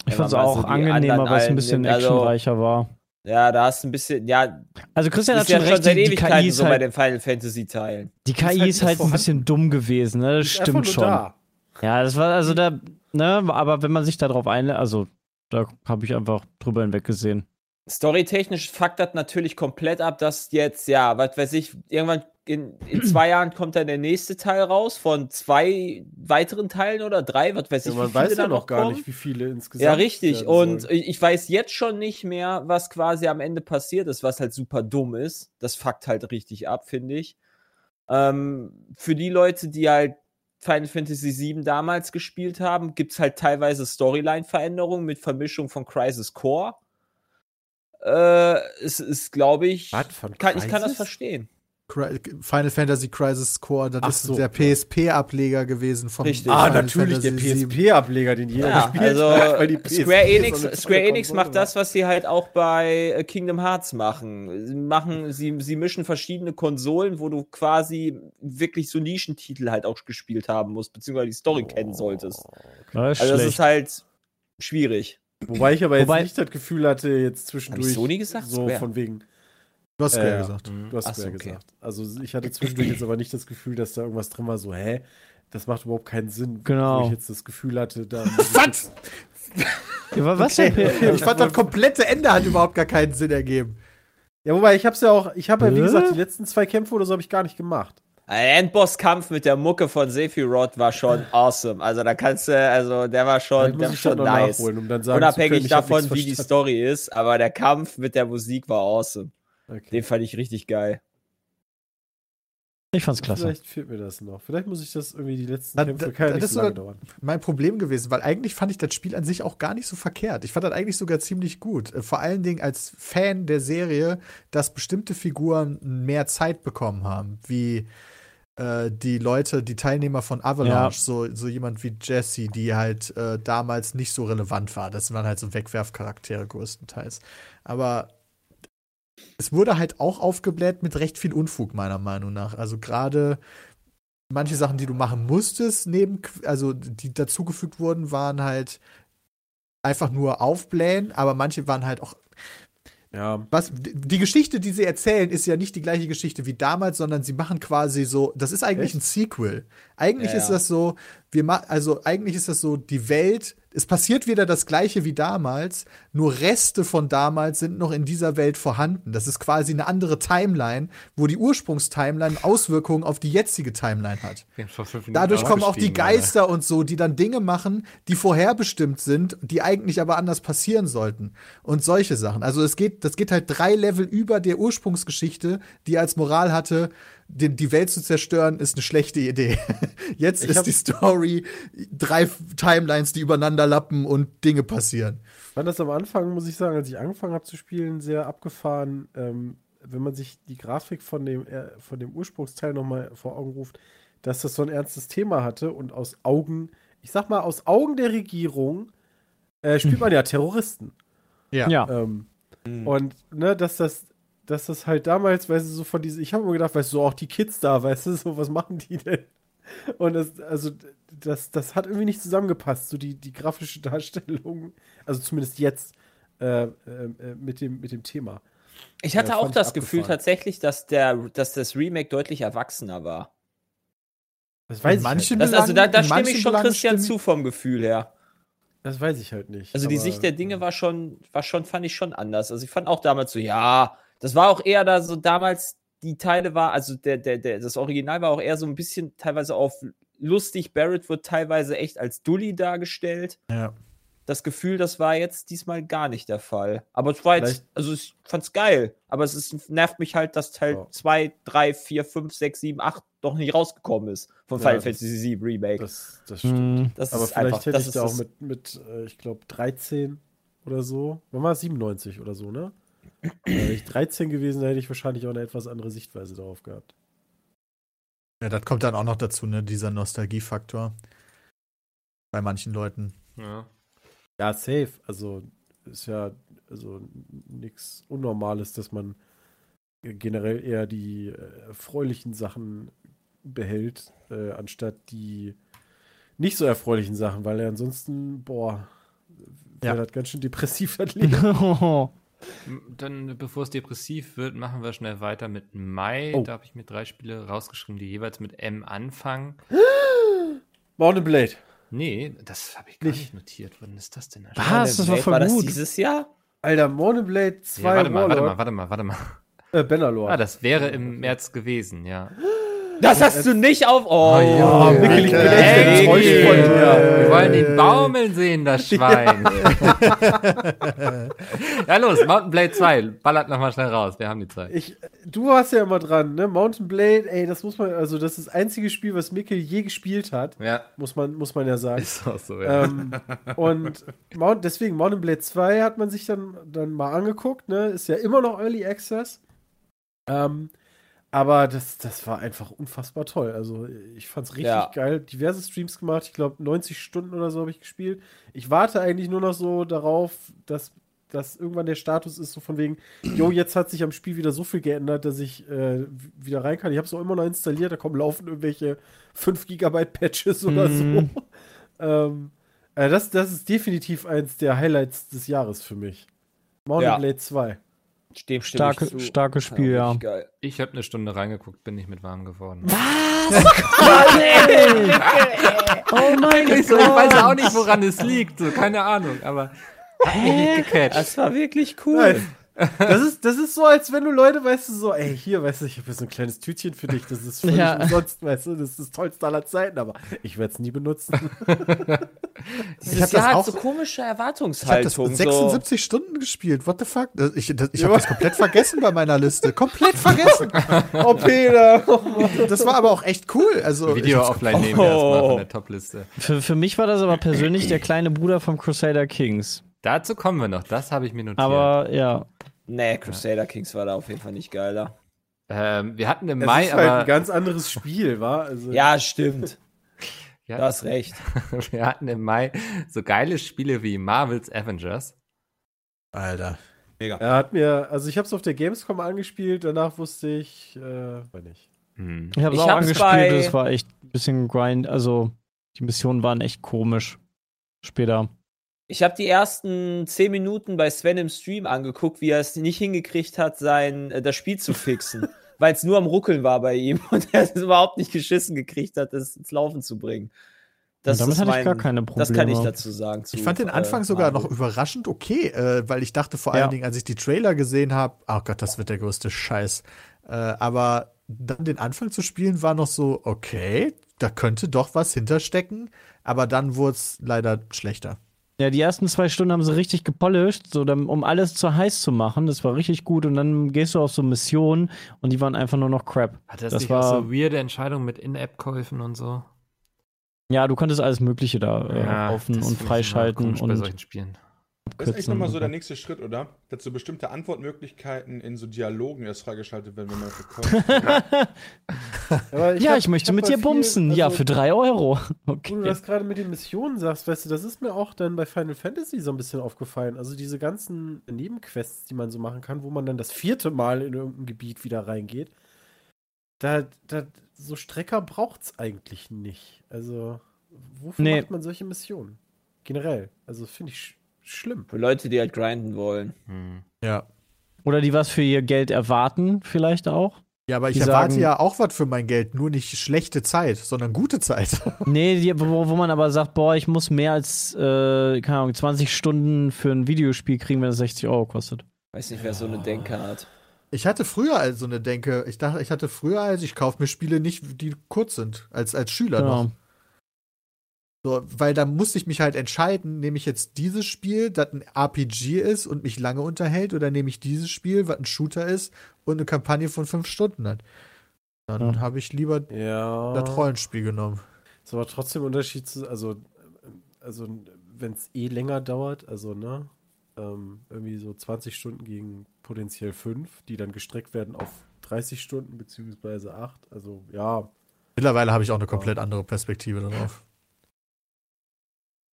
ich
Wenn man
fand's
mal
auch
so die
angenehmer,
anderen
weil es ein
allen
bisschen
nimmt. Also-
actionreicher war.
Ja, da hast du ein bisschen. Ja,
Also Christian hat
ist
schon
ja schon
recht, die,
seit
die
Ewigkeiten
KI ist
so bei
halt,
den Final Fantasy Teilen.
die KI ist
halt
halt,
nicht
ein
vorhanden.
bisschen dumm gewesen, ne? Das
Ist einfach nur
stimmt schon.
Da.
Ja, das war also da, ne, aber wenn man sich da drauf einlässt, also da habe ich einfach drüber hinweggesehen.
Storytechnisch fuckt das natürlich komplett ab, dass jetzt, ja, was weiß ich, irgendwann in, in zwei Jahren kommt dann der nächste Teil raus von zwei weiteren Teilen oder drei, was weiß ich.
Ja, Also man
wie viele
weiß ja
da
noch gar
kommen.
nicht, wie viele insgesamt.
Ja, richtig.
werden
Und
sollen.
ich ich weiß jetzt schon nicht mehr, was quasi am Ende passiert ist, was halt super dumm ist. Das fuckt halt richtig ab, finde ich. Ähm, für die Leute, die halt Final Fantasy VII damals gespielt haben, gibt es halt teilweise Storyline-Veränderungen mit Vermischung von Crisis Core. Äh, es ist, glaube ich,
Was, von
kann, ich kann das
Crisis?
verstehen.
Cry- Final Fantasy Crisis Core, das
Ach
ist
so.
der PSP-Ableger gewesen vom
Richtig.
Ah,
Final
natürlich, der
Fantasy VII.
PSP-Ableger, den jeder
Ja,
gespielt
also
hat, weil die PSP
Square
so eine
Enix,
tolle
Square Enix
Konsole
macht das, was sie halt auch bei äh, Kingdom Hearts machen. Sie machen, sie, sie mischen verschiedene Konsolen, wo du quasi wirklich so Nischentitel halt auch gespielt haben musst, beziehungsweise die Story
Oh,
kennen solltest.
Ja, ist
Also das ist
schlecht.
halt schwierig.
war. Wobei ich aber jetzt
Wobei-
nicht das Gefühl hatte, jetzt zwischendurch.
Sony gesagt?
So
Square.
von wegen.
Du hast Square
Ja, ja.
gesagt.
Du hast
Ach so,
Square
okay.
gesagt. Also ich hatte zwischendurch jetzt aber nicht das Gefühl, dass da irgendwas drin war, so, hä, das macht überhaupt keinen Sinn.
Genau.
Wo ich jetzt das Gefühl hatte, da.
Was?
Ja, wa- was denn?
Ich fand das komplette Ende hat überhaupt gar keinen Sinn ergeben.
ja, wobei, ich hab's ja auch, ich habe ja, wie
Hä?
gesagt, die letzten zwei Kämpfe oder so habe ich gar nicht gemacht.
Ein Endbosskampf mit der Mucke von Sephiroth war schon awesome. Also da kannst du, also der war schon,
Vielleicht
der war schon
noch
nice.
nachholen, um dann sagen zu können,
Unabhängig
ich hab
davon,
nichts
wie die
verstanden.
Story ist, aber der Kampf mit der Musik war awesome.
Okay.
Den fand ich richtig geil.
Ich fand's klasse.
Vielleicht fehlt mir das noch. Vielleicht muss ich das irgendwie die letzten
Dann-
Kämpfe,
dann-
kann ja
dann
nicht
ist
so lange
sogar-
dauern.
Mein Problem gewesen, weil eigentlich fand ich das Spiel an sich auch gar nicht so verkehrt. Ich fand das eigentlich sogar ziemlich gut. Äh, Vor allen Dingen als Fan der Serie, dass bestimmte Figuren mehr Zeit bekommen haben, wie äh, die Leute, die Teilnehmer von Avalanche,
Ja.
so, so jemand wie Jesse, die halt äh, damals nicht so relevant war. Das waren halt so Wegwerfcharaktere größtenteils. Aber es wurde halt auch aufgebläht mit recht viel Unfug, meiner Meinung nach. Also gerade manche Sachen, die du machen musstest, neben, also die dazugefügt wurden, waren halt einfach nur aufblähen, aber manche waren halt auch.
Ja.
Was, die Geschichte, die sie erzählen, ist ja nicht die gleiche Geschichte wie damals, sondern sie machen quasi so, das ist eigentlich ein Sequel. Eigentlich
Ja,
ist
ja.
das so, wir ma also eigentlich ist das so, die Welt, es passiert wieder das gleiche wie damals, nur Reste von damals sind noch in dieser Welt vorhanden. Das ist quasi eine andere Timeline, wo die Ursprungstimeline Auswirkungen auf die jetzige Timeline hat.
Wir haben vor fünf Minuten
Dadurch kommen auch die
aufgestiegen, Alter.
Geister und so, die dann Dinge machen, die vorherbestimmt sind, die eigentlich aber anders passieren sollten. Und solche Sachen. Also es geht, das geht halt drei Level über der Ursprungsgeschichte, die als Moral hatte, die, die Welt zu zerstören, ist eine schlechte Idee. Jetzt
Ich
ist
hab-
die Story drei Timelines, die übereinander lappen und Dinge passieren.
fand das am Anfang, muss ich sagen, als ich angefangen habe zu spielen, sehr abgefahren. Ähm, wenn man sich die Grafik von dem, äh, von dem Ursprungsteil nochmal vor Augen ruft, dass das so ein ernstes Thema hatte und aus Augen, ich sag mal, aus Augen der Regierung äh, spielt man ja Terroristen.
Ja.
Ja.
Ähm,
Mhm.
Und ne, dass das, dass das halt damals, weißt du, so von diese, ich habe immer gedacht, weißt du, so auch die Kids da, weißt du, so, was machen die denn? Und das, also, das, das hat irgendwie nicht zusammengepasst, so die, die grafische Darstellung, also zumindest jetzt, äh, ähm, äh, mit, dem, mit dem Thema.
Ich hatte
Ja,
auch
fand ich
das Gefühl
abgefahren.
tatsächlich, dass, der, dass das Remake deutlich erwachsener war.
Das
In
weiß, ich
manchen
halt,
Das, also da,
Belangen-
da
in
stimme
manchen
ich schon
Belangen
Christian
stimme
zu vom Gefühl her.
das weiß ich halt nicht.
Also die
aber-
Sicht der Dinge war schon, war schon, fand ich schon anders. Also ich fand auch damals so, ja, das war auch eher da so damals, die Teile war, also der, der, der, das Original war auch eher so ein bisschen teilweise auf lustig. Barrett wird teilweise echt als Dulli dargestellt.
Ja.
Das Gefühl, das war jetzt diesmal gar nicht der Fall. Aber es war jetzt,
Vielleicht-
also ich fand's geil. Aber es ist, nervt mich halt, dass Teil
Ja.
2, 3, 4, 5, 6, 7, 8 noch nicht rausgekommen ist von
Ja,
Final
das-
Fantasy VII Remake. Das,
Das, das stimmt.
Hm.
Aber
ist
vielleicht
einfach,
hätte
das
ich
ist
da auch
das-
mit, mit äh, ich glaube, 13 oder so. Wann war es? 97 oder so, ne? Wäre ich 13 gewesen, da hätte ich wahrscheinlich auch eine etwas andere Sichtweise darauf gehabt.
Ja, das kommt dann auch noch dazu, ne, dieser Nostalgiefaktor. Bei manchen Leuten.
Ja.
Ja, safe. Also ist ja also nichts Unnormales, dass man generell eher die äh, erfreulichen Sachen behält, äh, anstatt die nicht so erfreulichen Sachen, weil ja ansonsten, boah, wäre
Ja.
das ganz schön depressiv, das Leben.
M- Dann, bevor es depressiv wird, machen wir schnell weiter mit Mai.
Oh.
Da habe ich mir drei Spiele rausgeschrieben, die jeweils mit M anfangen.
Mountain Blade.
Nee, das habe ich gar
Nicht.
nicht notiert. Wann ist das denn? erschienen?
Was? Ah, Das war
war
voll
das
gut.
dieses Jahr?
Alter, Monoblade 2
Ja, warte mal, warte mal,
Warlord.
warte mal, warte mal.
Äh, Bannerlord.
Ah, das wäre im März gewesen, ja.
Das hast du nicht auf. Oh,
Oh, Mikkel, ich bin
Alter.
echt
Hey,
enttäuscht von
Wir
dir.
wollen ihn baumeln sehen, das Schwein. Ja, los, Mountain Blade 2, ballert nochmal schnell raus, wir haben die Zeit.
Ich, du warst ja immer dran, ne? Mountain Blade, ey, das muss man, also das ist das einzige Spiel, was Mikkel je gespielt hat,
Ja,
muss man, muss man ja sagen.
ist auch so, ja.
ähm, und Mount, deswegen Mountain Blade 2 hat man sich dann, dann mal angeguckt, ne? Ist ja immer noch Early Access. Ähm, aber das, das war einfach unfassbar toll. Also ich fand's richtig
Ja.
geil. Diverse Streams gemacht, ich glaube 90 Stunden oder so habe ich gespielt. Ich warte eigentlich nur noch so darauf, dass, dass irgendwann der Status ist, so von wegen, jo, jetzt hat sich am Spiel wieder so viel geändert, dass ich äh, w- wieder rein kann. Ich habe es auch immer noch installiert, da kommen laufend irgendwelche 5 GB Patches oder
Mhm.
so. ähm, äh, das, das ist definitiv eins der Highlights des Jahres für mich. Mountain
Ja.
Blade 2.
Dem stimme
Starke-
ich zu.
starkes Spiel, ja.
richtig Geil.
Ich habe eine Stunde reingeguckt, bin nicht mit warm geworden.
oh mein Gott.
Ich weiß auch nicht, woran es liegt, so, keine Ahnung, aber hat mich nicht gecatcht.
Das war wirklich cool.
Nein. Das ist, das ist so, als wenn du Leute, weißt du, so, ey, hier, weißt du, ich habe hier so ein kleines Tütchen für dich, das ist völlig
Ja.
umsonst, weißt du, das ist das tollste aller Zeiten, aber ich werde es nie benutzen.
Dieses
Ich hab das
Jahr hat
auch-
so komische
Ich habe das
Erwartungshaltung. so.
76 Stunden gespielt. What the fuck? Das- Ich, das- ich habe das komplett vergessen bei meiner Liste. Komplett vergessen.
oh, Peter!
Das war aber auch echt cool. Also
Video
ich hab's-
offline nehmen wir erstmal von der Topliste.
Für, für mich war das aber persönlich der kleine Bruder von Crusader Kings.
Dazu kommen wir noch, das habe ich mir notiert.
Aber ja.
Nee, Crusader Kings war da auf jeden Fall nicht geiler.
ähm, wir hatten im
Es
Mai,
ist halt ein
aber
ganz anderes Spiel, war? Also,
Ja, stimmt.
Ja.
Du hast recht.
wir hatten im Mai so geile Spiele wie Marvel's Avengers.
Alter.
Mega.
Er hat mir, also ich habe es auf der Gamescom angespielt, danach wusste ich, äh, weiß nicht.
Hm.
Ich habe es
Ich
auch
hab's
angespielt,
bei-
es war echt ein bisschen grind, also die Missionen waren echt komisch. Später.
Ich habe die ersten zehn Minuten bei Sven im Stream angeguckt, wie er es nicht hingekriegt hat, sein, äh, das Spiel zu fixen, weil es nur am Ruckeln war bei ihm und er es überhaupt nicht geschissen gekriegt hat, es ins Laufen zu bringen.
Das damit
ist
hatte ich
mein-
gar keine
Das kann ich
Probleme.
dazu sagen. zu,
Ich fand den
äh,
Anfang sogar
Mario.
noch überraschend okay, äh, weil ich dachte vor
Ja.
allen Dingen, als ich die Trailer gesehen habe, oh Gott, das wird der größte Scheiß. Äh, aber dann den Anfang zu spielen war noch so, okay, da könnte doch was hinterstecken, aber dann wurde es leider schlechter.
Ja, die ersten zwei Stunden haben sie richtig gepolished, so, dann- um alles zu heiß zu machen. Das war richtig gut. Und dann gehst du auf so Missionen und die waren einfach nur noch Crap.
Hatte das,
Das
nicht
war-
auch so weirde Entscheidungen mit In-App-Käufen und so?
Ja, du konntest alles Mögliche da äh,
das
offen und
finde ich immer
freischalten
komisch bei
und
solchen Spielen.
Das ist echt
abkürzen.
nochmal so der
und-
nächste Schritt, oder? Dass so bestimmte Antwortmöglichkeiten in so Dialogen erst freigeschaltet werden, wenn man dafür kauft.
Aber
ja,
hab-
ich möchte
hab
mit
bei
dir
viel-
bumsen. ja,
also,
für drei Euro.
Wo du
Okay.
das gerade mit den Missionen sagst, weißt du, das ist mir auch dann bei Final Fantasy so ein bisschen aufgefallen. Also diese ganzen Nebenquests, die man so machen kann, wo man dann das vierte Mal in irgendein Gebiet wieder reingeht, da, da so Strecker braucht's eigentlich nicht. Also, wofür
Nee.
macht man solche Missionen? Generell. Also, finde ich sch schlimm.
Für Leute, die halt grinden wollen.
Hm.
Ja.
Oder die was für ihr Geld erwarten, vielleicht auch.
Ja, aber ich
Die
erwarte
sagen-
ja auch was für mein Geld, nur nicht schlechte Zeit, sondern gute Zeit.
Nee, die, wo, wo man aber sagt, boah, ich muss mehr als, äh, keine Ahnung, 20 Stunden für ein Videospiel kriegen, wenn es 60 Euro kostet.
Weiß nicht, wer so eine Denke hat.
Ich hatte früher also so eine Denke, ich dachte, ich hatte früher als ich kaufe mir Spiele nicht, die kurz sind, als, als Schüler noch.
Genau.
So, weil da musste ich mich halt entscheiden, nehme ich jetzt dieses Spiel, das ein RPG ist und mich lange unterhält, oder nehme ich dieses Spiel, was ein Shooter ist und eine Kampagne von fünf Stunden hat. Dann
Ja.
habe ich lieber
Ja.
das Rollenspiel genommen.
Ist aber trotzdem ein Unterschied zu, also, ähm, also wenn es eh länger dauert, also ne, ähm, irgendwie so 20 Stunden gegen potenziell 5, die dann gestreckt werden auf 30 Stunden beziehungsweise 8. Also ja,
Mittlerweile habe ich auch eine komplett andere Perspektive darauf.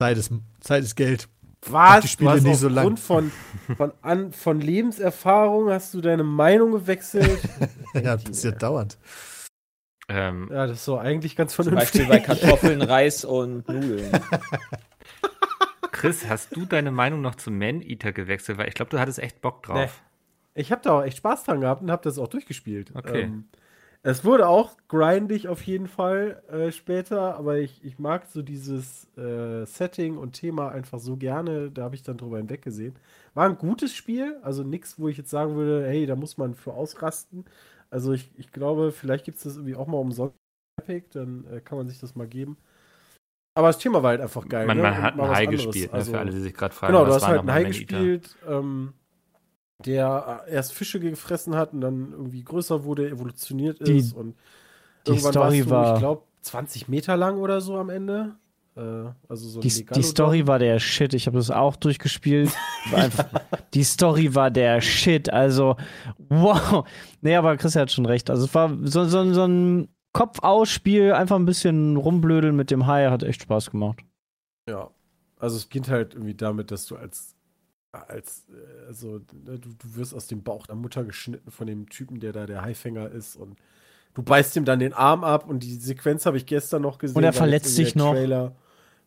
Zeit ist, Zeit ist Geld.
was?
die Spiele
du hast
nicht so lang.
aufgrund von, von, an, von Lebenserfahrung hast du deine Meinung gewechselt.
ja,
Äh,
passiert dauernd.
Ähm,
ja, das ist so eigentlich ganz
Zum Beispiel
vernünftig.
bei Kartoffeln, Reis und Nudeln.
Ah, Chris, hast du deine Meinung noch zu Man-Eater gewechselt? Weil ich glaube, du hattest echt Bock drauf.
Ich habe da auch echt Spaß dran gehabt und habe das auch durchgespielt.
Okay.
Ähm, es wurde auch grindig auf jeden Fall äh, später, aber ich, ich mag so dieses äh, Setting und Thema einfach so gerne. Da habe ich dann drüber hinweggesehen. War ein gutes Spiel, also nichts, wo ich jetzt sagen würde, hey, da muss man für ausrasten. Also ich, ich glaube, vielleicht gibt es das irgendwie auch mal umsonst. auf Epic, Dann äh, kann man sich das mal geben. Aber das Thema war halt einfach geil.
Man,
ne?
man
Und
hat
mal
ein
was
Hai
anderes.
gespielt, ne,
Also-
für alle, die sich gerade fragen,
Genau, du
was
hast
war
halt einen
nochmal
Hai
Man-Eater?
gespielt, ähm, der äh, erst Fische gefressen hat und dann irgendwie größer wurde, evolutioniert
Die-
ist und
die
warst
Story
du,
war-
ich glaube, 20 Meter lang oder so am Ende. Äh, also so ein
Die, die
Megalodon.
Story war der Shit. Ich habe das auch durchgespielt. War einfach, die Story war der Shit. Also, wow. Nee, aber Chris hat schon recht. Also, es war so, so, so ein Kopf-Aus-Spiel. Einfach ein bisschen rumblödeln mit dem Hai. Hat echt Spaß gemacht.
Ja. Also es beginnt halt irgendwie damit, dass du als als äh, also ne, du, du wirst aus dem Bauch der Mutter geschnitten von dem Typen, der da der Haifänger ist und du beißt ihm dann den Arm ab und die Sequenz habe ich gestern noch gesehen.
Und er
weil jetzt
verletzt
irgendwie
sich
der
noch.
Trailer,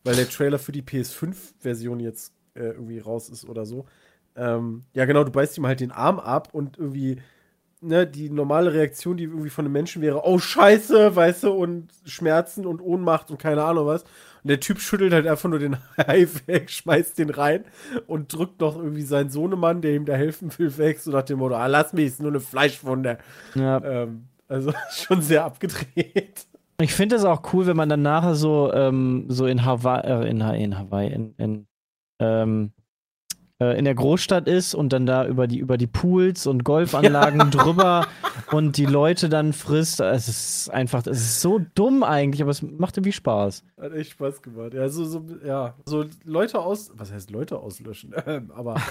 weil der Trailer für die PS5-Version jetzt äh, irgendwie raus ist oder so. Ähm, ja genau, du beißt ihm halt den Arm ab und irgendwie ne, die normale Reaktion, die irgendwie von einem Menschen wäre, oh Scheiße, weißt du, und Schmerzen und Ohnmacht und keine Ahnung was. Und der Typ schüttelt halt einfach nur den Hai weg, schmeißt den rein und drückt noch irgendwie seinen Sohnemann, der ihm da helfen will, weg, so nach dem Motto, ah, lass mich, ist nur eine Fleischwunde.
Ja.
Ähm, also schon sehr abgedreht.
Ich finde das auch cool, wenn man dann nachher so, ähm, so in Hawaii, äh, in, Ha- in Hawaii, in, in, ähm, äh, in der Großstadt ist und dann da über die, über die Pools und Golfanlagen drüber und die Leute dann frisst. Es ist einfach, es ist so dumm eigentlich, aber es macht irgendwie Spaß.
Hat echt Spaß gemacht. Ja, so, so, ja. so Leute aus. Was heißt Leute auslöschen? Ähm, aber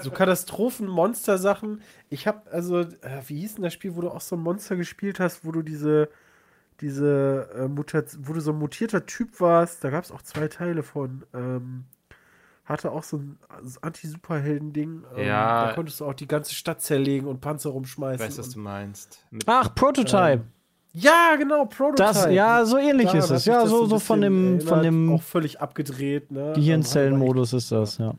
so Katastrophen, Monster-Sachen. Ich hab, also, äh, wie hieß denn das Spiel, wo du auch so ein Monster gespielt hast, wo du diese, diese äh, Mutat, wo du so ein mutierter Typ warst? Da gab es auch zwei Teile von. Ähm, hatte auch so ein Anti-Superhelden-Ding. Ähm,
Ja.
Da konntest du auch die ganze Stadt zerlegen und Panzer
Ich
rumschmeißen.
weiß, was du meinst. Mit
Ach, Prototype.
Ja, genau, Prototype.
Ähm, Das, ja, so ähnlich
Klar,
ist
da
es.
hat mich
Ja,
das
so,
ein
so von
bisschen
dem, von
erinnert, äh,
dem
Auch völlig abgedreht, ne?
Gehirnzellenmodus ist das, ja.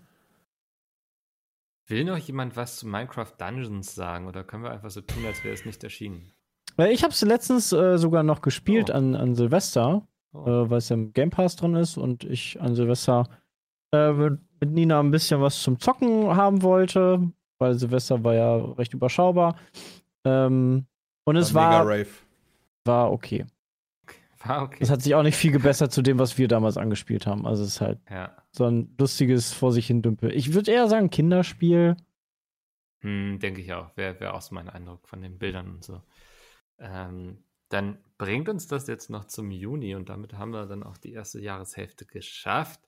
Will noch jemand was zu Minecraft Dungeons sagen oder können wir einfach so tun, als wäre es nicht erschienen?
Weil Ich habe es letztens äh, sogar noch gespielt
Oh.
an, an Silvester,
Oh.
äh, weil es ja im Game Pass drin ist und ich an Silvester äh, mit, mit Nina ein bisschen was zum Zocken haben wollte, weil Silvester war ja recht überschaubar. Ähm, und es
Mega
war,
Rave.
war okay.
War Ah, okay.
Es hat sich auch nicht viel gebessert zu dem, was wir damals angespielt haben. Also es ist halt
ja.
so ein lustiges Vor sich hin Dümpel. Ich würde eher sagen, Kinderspiel.
Hm, denke ich auch. Wäre wär auch so mein Eindruck von den Bildern und so. Ähm, dann bringt uns das jetzt noch zum Juni und damit haben wir dann auch die erste Jahreshälfte geschafft.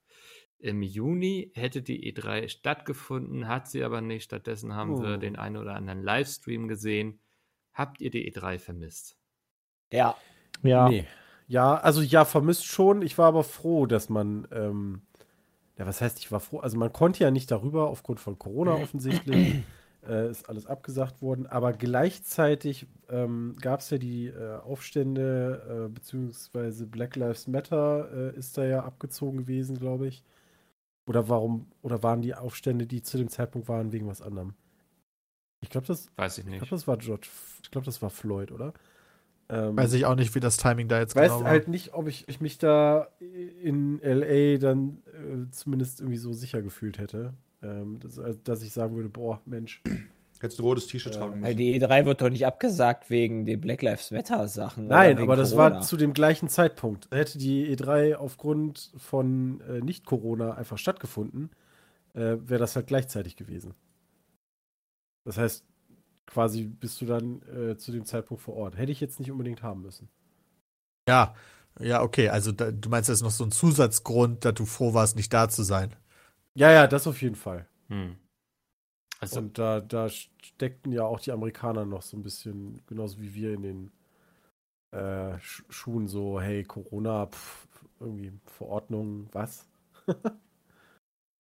Im Juni hätte die E3 stattgefunden, hat sie aber nicht. Stattdessen haben wir
Oh.
den einen oder anderen Livestream gesehen. Habt ihr die E3 vermisst?
Ja,
Ja.
Nee. Ja, also ja, vermisst schon. Ich war aber froh, dass man, ähm, ja, was heißt, ich war froh? Also man konnte ja nicht darüber, aufgrund von Corona offensichtlich, äh, ist alles abgesagt worden. Aber gleichzeitig ähm, gab es ja die äh, Aufstände, äh, beziehungsweise Black Lives Matter äh, ist da ja abgezogen gewesen, glaube ich. Oder warum, oder waren die Aufstände, die zu dem Zeitpunkt waren, wegen was anderem? Ich glaube, das,
Weiß ich
ich
nicht.
glaub, das war George, F- ich glaube, das war Floyd, oder? Ähm,
Weiß ich auch nicht, wie das Timing da jetzt
weiß
genau war.
halt nicht, ob ich, ich mich da in LA dann äh, zumindest irgendwie so sicher gefühlt hätte. Ähm, dass, also, dass ich sagen würde, boah, Mensch.
Hättest du ein rotes T-Shirt tragen
weil
müssen.
Äh, die E3 wird doch nicht abgesagt wegen den Black Lives Matter Sachen.
Nein,
oder wegen
aber das
Corona.
war zu dem gleichen Zeitpunkt. Hätte die E3 aufgrund von äh, Nicht-Corona einfach stattgefunden, äh, wäre das halt gleichzeitig gewesen. Das heißt, quasi bist du dann äh, zu dem Zeitpunkt vor Ort. Hätte ich jetzt nicht unbedingt haben müssen.
Ja, ja, okay. Also da, du meinst, das ist noch so ein Zusatzgrund, dass du froh warst, nicht da zu sein.
Ja, ja, das auf jeden Fall.
Hm. Also,
Und da, da steckten ja auch die Amerikaner noch so ein bisschen, genauso wie wir in den äh, Sch Schuhen, so, hey, Corona, pff, irgendwie Verordnung, was?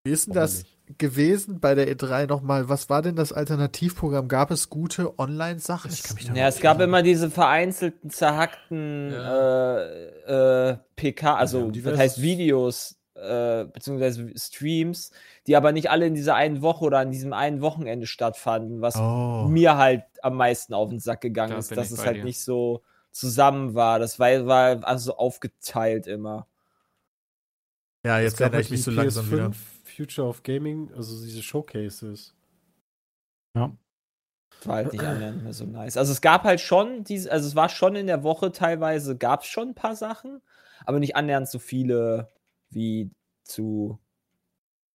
Wie ist denn
Warum
das
nicht?
gewesen bei der E E3 nochmal? Was war denn das Alternativprogramm? Gab es gute Online-Sachen? Ich kann mich da
Ja, es
nicht
gab
erinnern.
immer diese vereinzelten, zerhackten äh, äh, PK, also
die
das
wär's-
heißt Videos, äh, beziehungsweise Streams, die aber nicht alle in dieser einen Woche oder an diesem einen Wochenende stattfanden, was
Oh.
mir halt am meisten auf den Sack gegangen
Da
ist,
bin
dass
ich
es
bei
halt
dir.
nicht so zusammen war. Das war, war also aufgeteilt immer.
Ja,
Es
jetzt
gab
erinnere
halt
ich mich
die
so langsam wieder.
Future of Gaming, also diese Showcases.
War halt nicht annähernd mehr so nice. Also es gab halt schon, diese, also es war schon in der Woche teilweise, gab es schon ein paar Sachen, aber nicht annähernd so viele wie zu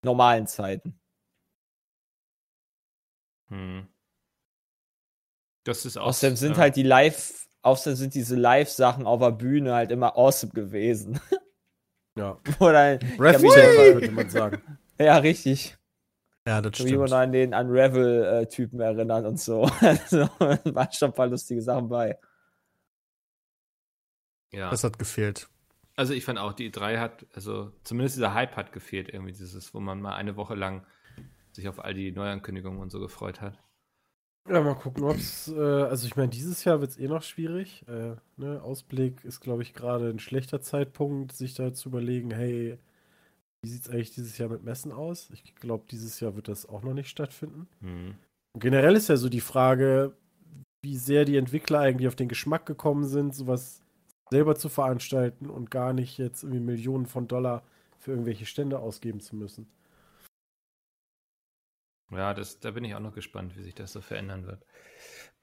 normalen Zeiten.
hm. Das ist aus,
Außerdem sind
äh,
halt die Live, außerdem sind diese Live-Sachen auf der Bühne halt immer awesome gewesen.
Ja.
Oder
Rev-Server, könnte man sagen.
ja, richtig.
Ja, das
Ich kann mich immer
stimmt.
noch an den Unravel-Typen erinnern und so. Also, waren schon ein paar lustige Sachen bei.
ja.
Das hat gefehlt.
Also ich fand auch, die E3 hat, also zumindest dieser Hype hat gefehlt, irgendwie dieses, wo man mal eine Woche lang sich auf all die Neuankündigungen und so gefreut hat.
Ja, mal gucken, ob es. Äh, also, ich meine, dieses Jahr wird es eh noch schwierig. Äh, ne? Ausblick ist, glaube ich, gerade ein schlechter Zeitpunkt, sich da zu überlegen, hey, wie sieht es eigentlich dieses Jahr mit Messen aus? Ich glaube, dieses Jahr wird das auch noch nicht stattfinden. Und generell ist ja so die Frage, wie sehr die Entwickler eigentlich auf den Geschmack gekommen sind, sowas selber zu veranstalten und gar nicht jetzt irgendwie Millionen von Dollar für irgendwelche Stände ausgeben zu müssen.
Ja, das, da bin ich auch noch gespannt, wie sich das so verändern wird.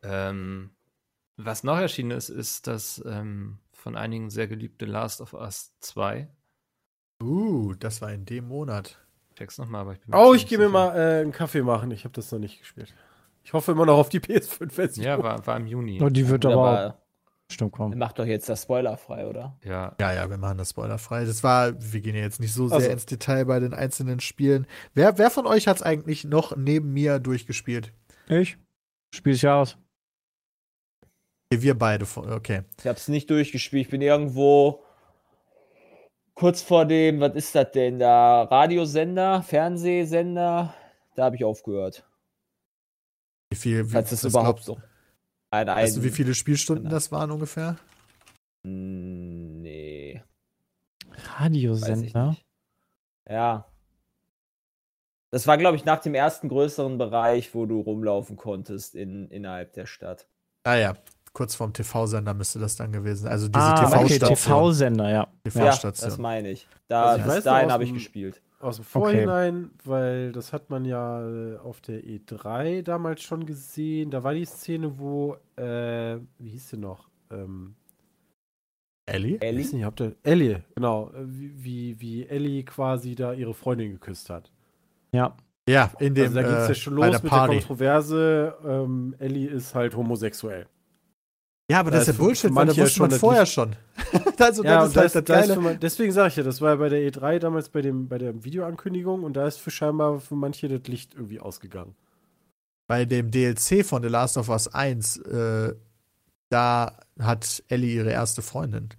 Ähm, was noch erschienen ist, ist das ähm, von einigen sehr geliebte Last of Us 2.
Uh, das war in dem Monat.
Check's nochmal, aber ich bin
Oh,
ziemlich
ich gehe mir
sicher.
mal äh, einen Kaffee machen. Ich habe das noch nicht gespielt. Ich hoffe immer noch auf die PS5-Version.
Ja, war, war im Juni.
Oh, die wird aber auch
Aber
bestimmt kommen.
macht doch jetzt das Spoiler frei, oder?
Ja,
Ja, ja, wir machen das spoilerfrei. Das war, wir gehen ja jetzt nicht so sehr
Also-
ins Detail bei den einzelnen Spielen. Wer, wer von euch hat es eigentlich noch neben mir durchgespielt?
Ich? Spiel des Jahres.
Okay, Wir beide, von- okay.
Ich habe es nicht durchgespielt. Ich bin irgendwo kurz vor dem, was ist das denn da? Radiosender, Fernsehsender. Da habe ich aufgehört.
Wie viel, wie,
Falls das
was
überhaupt
glaubst-
so. Ein, ein,
Weißt du, wie viele Spielstunden
Genau.
das waren ungefähr?
Nee. Weiß ich
Radiosender?
nicht. Ja. Das war, glaube ich, nach dem ersten größeren Bereich, wo du rumlaufen konntest in, innerhalb der Stadt.
Naja, Ah, kurz vorm TV-Sender müsste das dann gewesen. sein. Also diese
Ah, okay,
TV-Station.
TV-Sender, ja.
ja, das
TV-Station.
meine ich. Da,
Also ich
bis
weiß noch
dahin
aus
habe ich
dem-
gespielt.
Aus dem Vorhinein, weil das hat man ja äh, auf der E3 damals schon gesehen. Da war die Szene, wo, äh, wie hieß sie noch? Ähm,
Ellie?
ich
Ellie?
weiß nicht, habt ihr. Ellie, genau. äh, Wie, wie, wie Ellie quasi da ihre Freundin geküsst hat.
Ja.
Ja, in dem
also da ging es
äh,
ja schon
bei
los
der
mit der
Party.
Kontroverse. Ähm, Ellie ist halt homosexuell.
Ja, aber das ist
Äh,
ja
für-
Bullshit,
für
weil da
manche
wusste man
schon
vorher schon. also
ja,
das
und
ist halt das,
da ist
Geile.
für man, deswegen sage ich ja, das war ja bei der E3 damals bei, dem, bei der Videoankündigung und da ist für scheinbar für manche das Licht irgendwie ausgegangen.
Bei dem DLC von The Last of Us 1, äh, da hat Ellie ihre erste Freundin.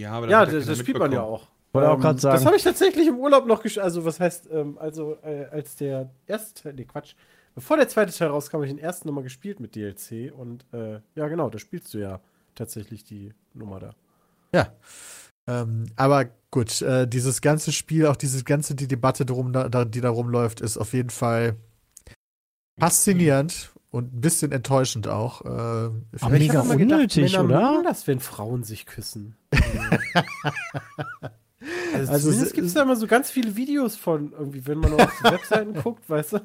Ja, aber
ja,
hat
das,
keiner
das spielt man ja auch.
mitbekommen.
Ähm,
Wollte auch gerade
Das
sagen.
habe ich tatsächlich im Urlaub noch gespielt. Also, was heißt, ähm, also äh, als der erste Teil, nee, Quatsch, bevor der zweite Teil rauskam, habe ich den ersten nochmal gespielt mit DLC und äh, ja, genau, da spielst du ja tatsächlich die Nummer da.
Ja. Ähm, aber gut, äh, dieses ganze Spiel, auch diese ganze die Debatte, drum, da, da- die da rumläuft, ist auf jeden Fall faszinierend und ein bisschen enttäuschend auch. Äh,
Aber
vielleicht-
mega
hab immer gedacht,
unnötig,
Männer
oder?
mögen das, wenn Frauen sich küssen.
Also
also also
se-
gibt es da immer so ganz viele Videos von, irgendwie, wenn man auf die Webseiten guckt, weißt du?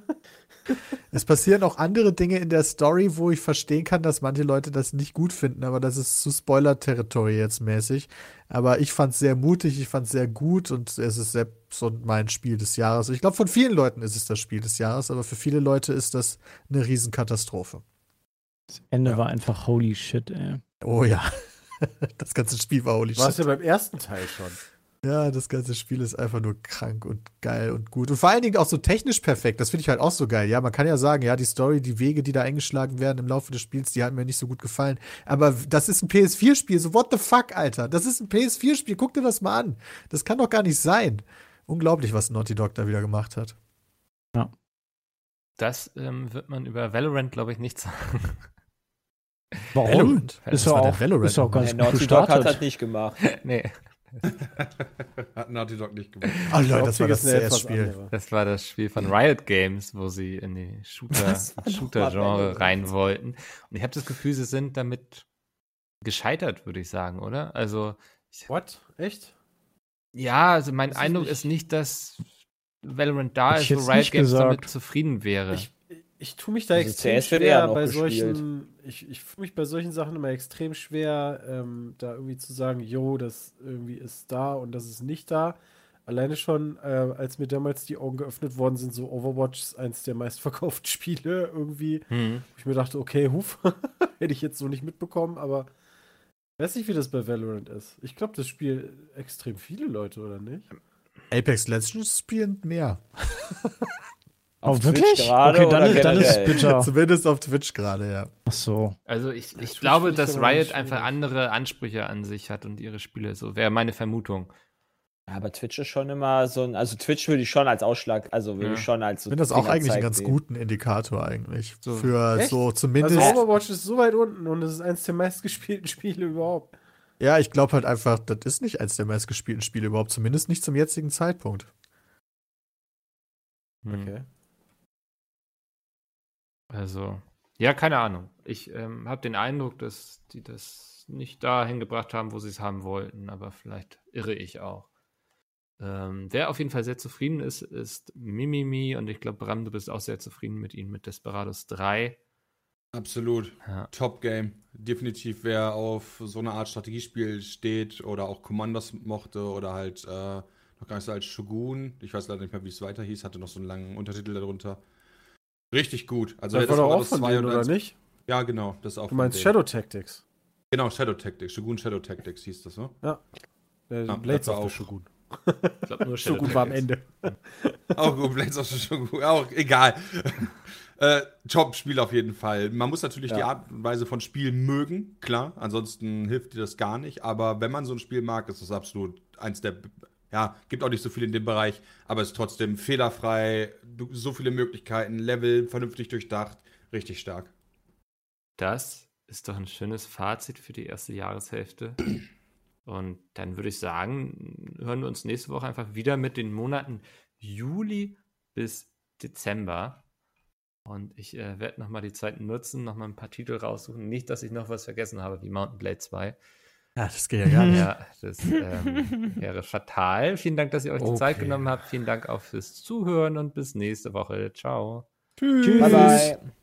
es passieren auch andere Dinge in der Story, wo ich verstehen kann, dass manche Leute das nicht gut finden, aber das ist zu Spoiler-Territory jetzt mäßig. Aber ich fand es sehr mutig, ich fand es sehr gut und es ist selbst und mein Spiel des Jahres. Ich glaube, von vielen Leuten ist es das Spiel des Jahres, aber für viele Leute ist das eine Riesenkatastrophe.
Das Ende
Ja.
war einfach holy shit, ey.
Oh ja. Das ganze Spiel war holy
War es ja
shit.
beim ersten Teil schon.
Ja, das ganze Spiel ist einfach nur krank und geil und gut. Und vor allen Dingen auch so technisch perfekt. Das finde ich halt auch so geil. Ja, man kann ja sagen, ja, die Story, die Wege, die da eingeschlagen werden im Laufe des Spiels, die haben mir nicht so gut gefallen. Aber w- das ist ein PS4-Spiel. So, what the fuck, Alter? Das ist ein PS4-Spiel. Guck dir das mal an. Das kann doch gar nicht sein. Unglaublich, was Naughty Dog da wieder gemacht hat.
Das ähm, wird man über Valorant, glaube ich, nicht sagen.
Warum? Ist
Was
ja
war denn
auch,
Valorant
ist ja auch
nochmal?
ganz gut
Nee, Äh, Naughty Dog hat das
gestartet.
nicht gemacht.
äh, nee,
Hat Naughty Dog nicht gemacht.
Oh, Leute, das war
Optik
das
ist eine etwas
CS-Spiel.
andere.
das war das Spiel von Riot Games, wo sie in die Shooter-
Das war doch mal
Shooter-Genre
Valorant.
rein wollten. Und ich habe das Gefühl, sie sind damit gescheitert, würde ich sagen, oder? Also,
What? Echt?
Ja, also mein
Das ist
Eindruck
nicht-
ist nicht, dass Valorant da
Hätte
ist,
ich
wo
jetzt
Riot
nicht
Games damit
gesagt.
zufrieden wäre.
Ich, ich tue mich da
Also
extrem
CS wird
schwer
ja noch
bei
gespielt.
solchen, ich, ich fühle mich bei solchen Sachen immer extrem schwer, ähm, da irgendwie zu sagen, jo, das irgendwie ist da und das ist nicht da. Alleine schon, äh, als mir damals die Augen geöffnet worden sind, so Overwatch ist eins der meistverkauften Spiele irgendwie,
Hm.
wo ich mir dachte, okay, huf, hätte ich jetzt so nicht mitbekommen, aber weiß nicht, wie das bei Valorant ist. Ich glaube, das Spiel extrem viele Leute, oder nicht?
Apex Legends spielen mehr.
Oh,
Auf Twitch
wirklich?
gerade
Okay, dann
oder
ist, dann ist
generell?
bitter.
Zumindest auf Twitch gerade, ja.
Ach so.
Also ich, ich
ist
glaube,
schwierig,
dass
aber nicht
Riot einfach
schwierig.
andere Ansprüche an sich hat und ihre Spiele. So wäre meine Vermutung.
Ja, aber Twitch ist schon immer so ein. Also Twitch würde ich schon als Ausschlag, also würde
Ja.
ich schon als so
Ich finde das auch eigentlich einen
Fingerzeig
ganz
sehen.
guten Indikator eigentlich.
So.
Für
Echt?
so zumindest.
Also Overwatch ist so weit unten und es ist eins der meistgespielten Spiele überhaupt.
ja, ich glaube halt einfach, das ist nicht eins der meistgespielten Spiele überhaupt, zumindest nicht zum jetzigen Zeitpunkt.
Mhm.
Hm. Also, ja, keine Ahnung. Ich ähm, habe den Eindruck, dass die das nicht dahin gebracht haben, wo sie es haben wollten, aber vielleicht irre ich auch. Ähm, wer auf jeden Fall sehr zufrieden ist, ist Mimimi und ich glaube, Bram, du bist auch sehr zufrieden mit ihm, mit Desperados 3.
Absolut.
Ja.
Top Game. Definitiv, wer auf so eine Art Strategiespiel steht oder auch Commanders mochte oder halt äh, noch gar nicht so als Shogun. Ich weiß leider nicht mehr, wie es weiter hieß, hatte noch so einen langen Untertitel darunter. Richtig gut. Also
das war
wer
doch auch
Commanders
von
2
denen,
und
oder
1
nicht?
Ja, genau. Das ist auch
Du meinst
von denen.
Shadow Tactics.
Genau, Shadow Tactics. Shogun Shadow Tactics hieß das, ne?
Äh,
Ja,
Blades
das war
of the
auch-
Shogun.
Ich glaube nur
Shogun war am Ende.
Auch gut, Blades of the Shogun, auch egal. äh, Top-Spiel auf jeden Fall. Man muss natürlich die Art und Weise von Spiel mögen, klar. Ansonsten hilft dir das gar nicht. Aber wenn man so ein Spiel mag, ist das absolut eins der. Ja, gibt auch nicht so viel in dem Bereich, aber ist trotzdem fehlerfrei. Du, so viele Möglichkeiten, Level, vernünftig durchdacht, richtig stark.
Das ist doch ein schönes Fazit für die erste Jahreshälfte.
Und dann würde ich sagen, hören wir uns nächste Woche einfach wieder mit den Monaten Juli bis Dezember. Und ich äh, werde nochmal die Zeit nutzen, nochmal ein paar Titel raussuchen. Nicht, dass ich noch was vergessen habe, wie Mountain Blade 2.
Ja, das geht ja gar nicht.
Ja, das ähm, wäre fatal. Vielen Dank, dass ihr euch die Zeit
Okay.
genommen habt. Vielen Dank auch fürs Zuhören und bis nächste Woche. Ciao.
Tschüss.
Bye bye.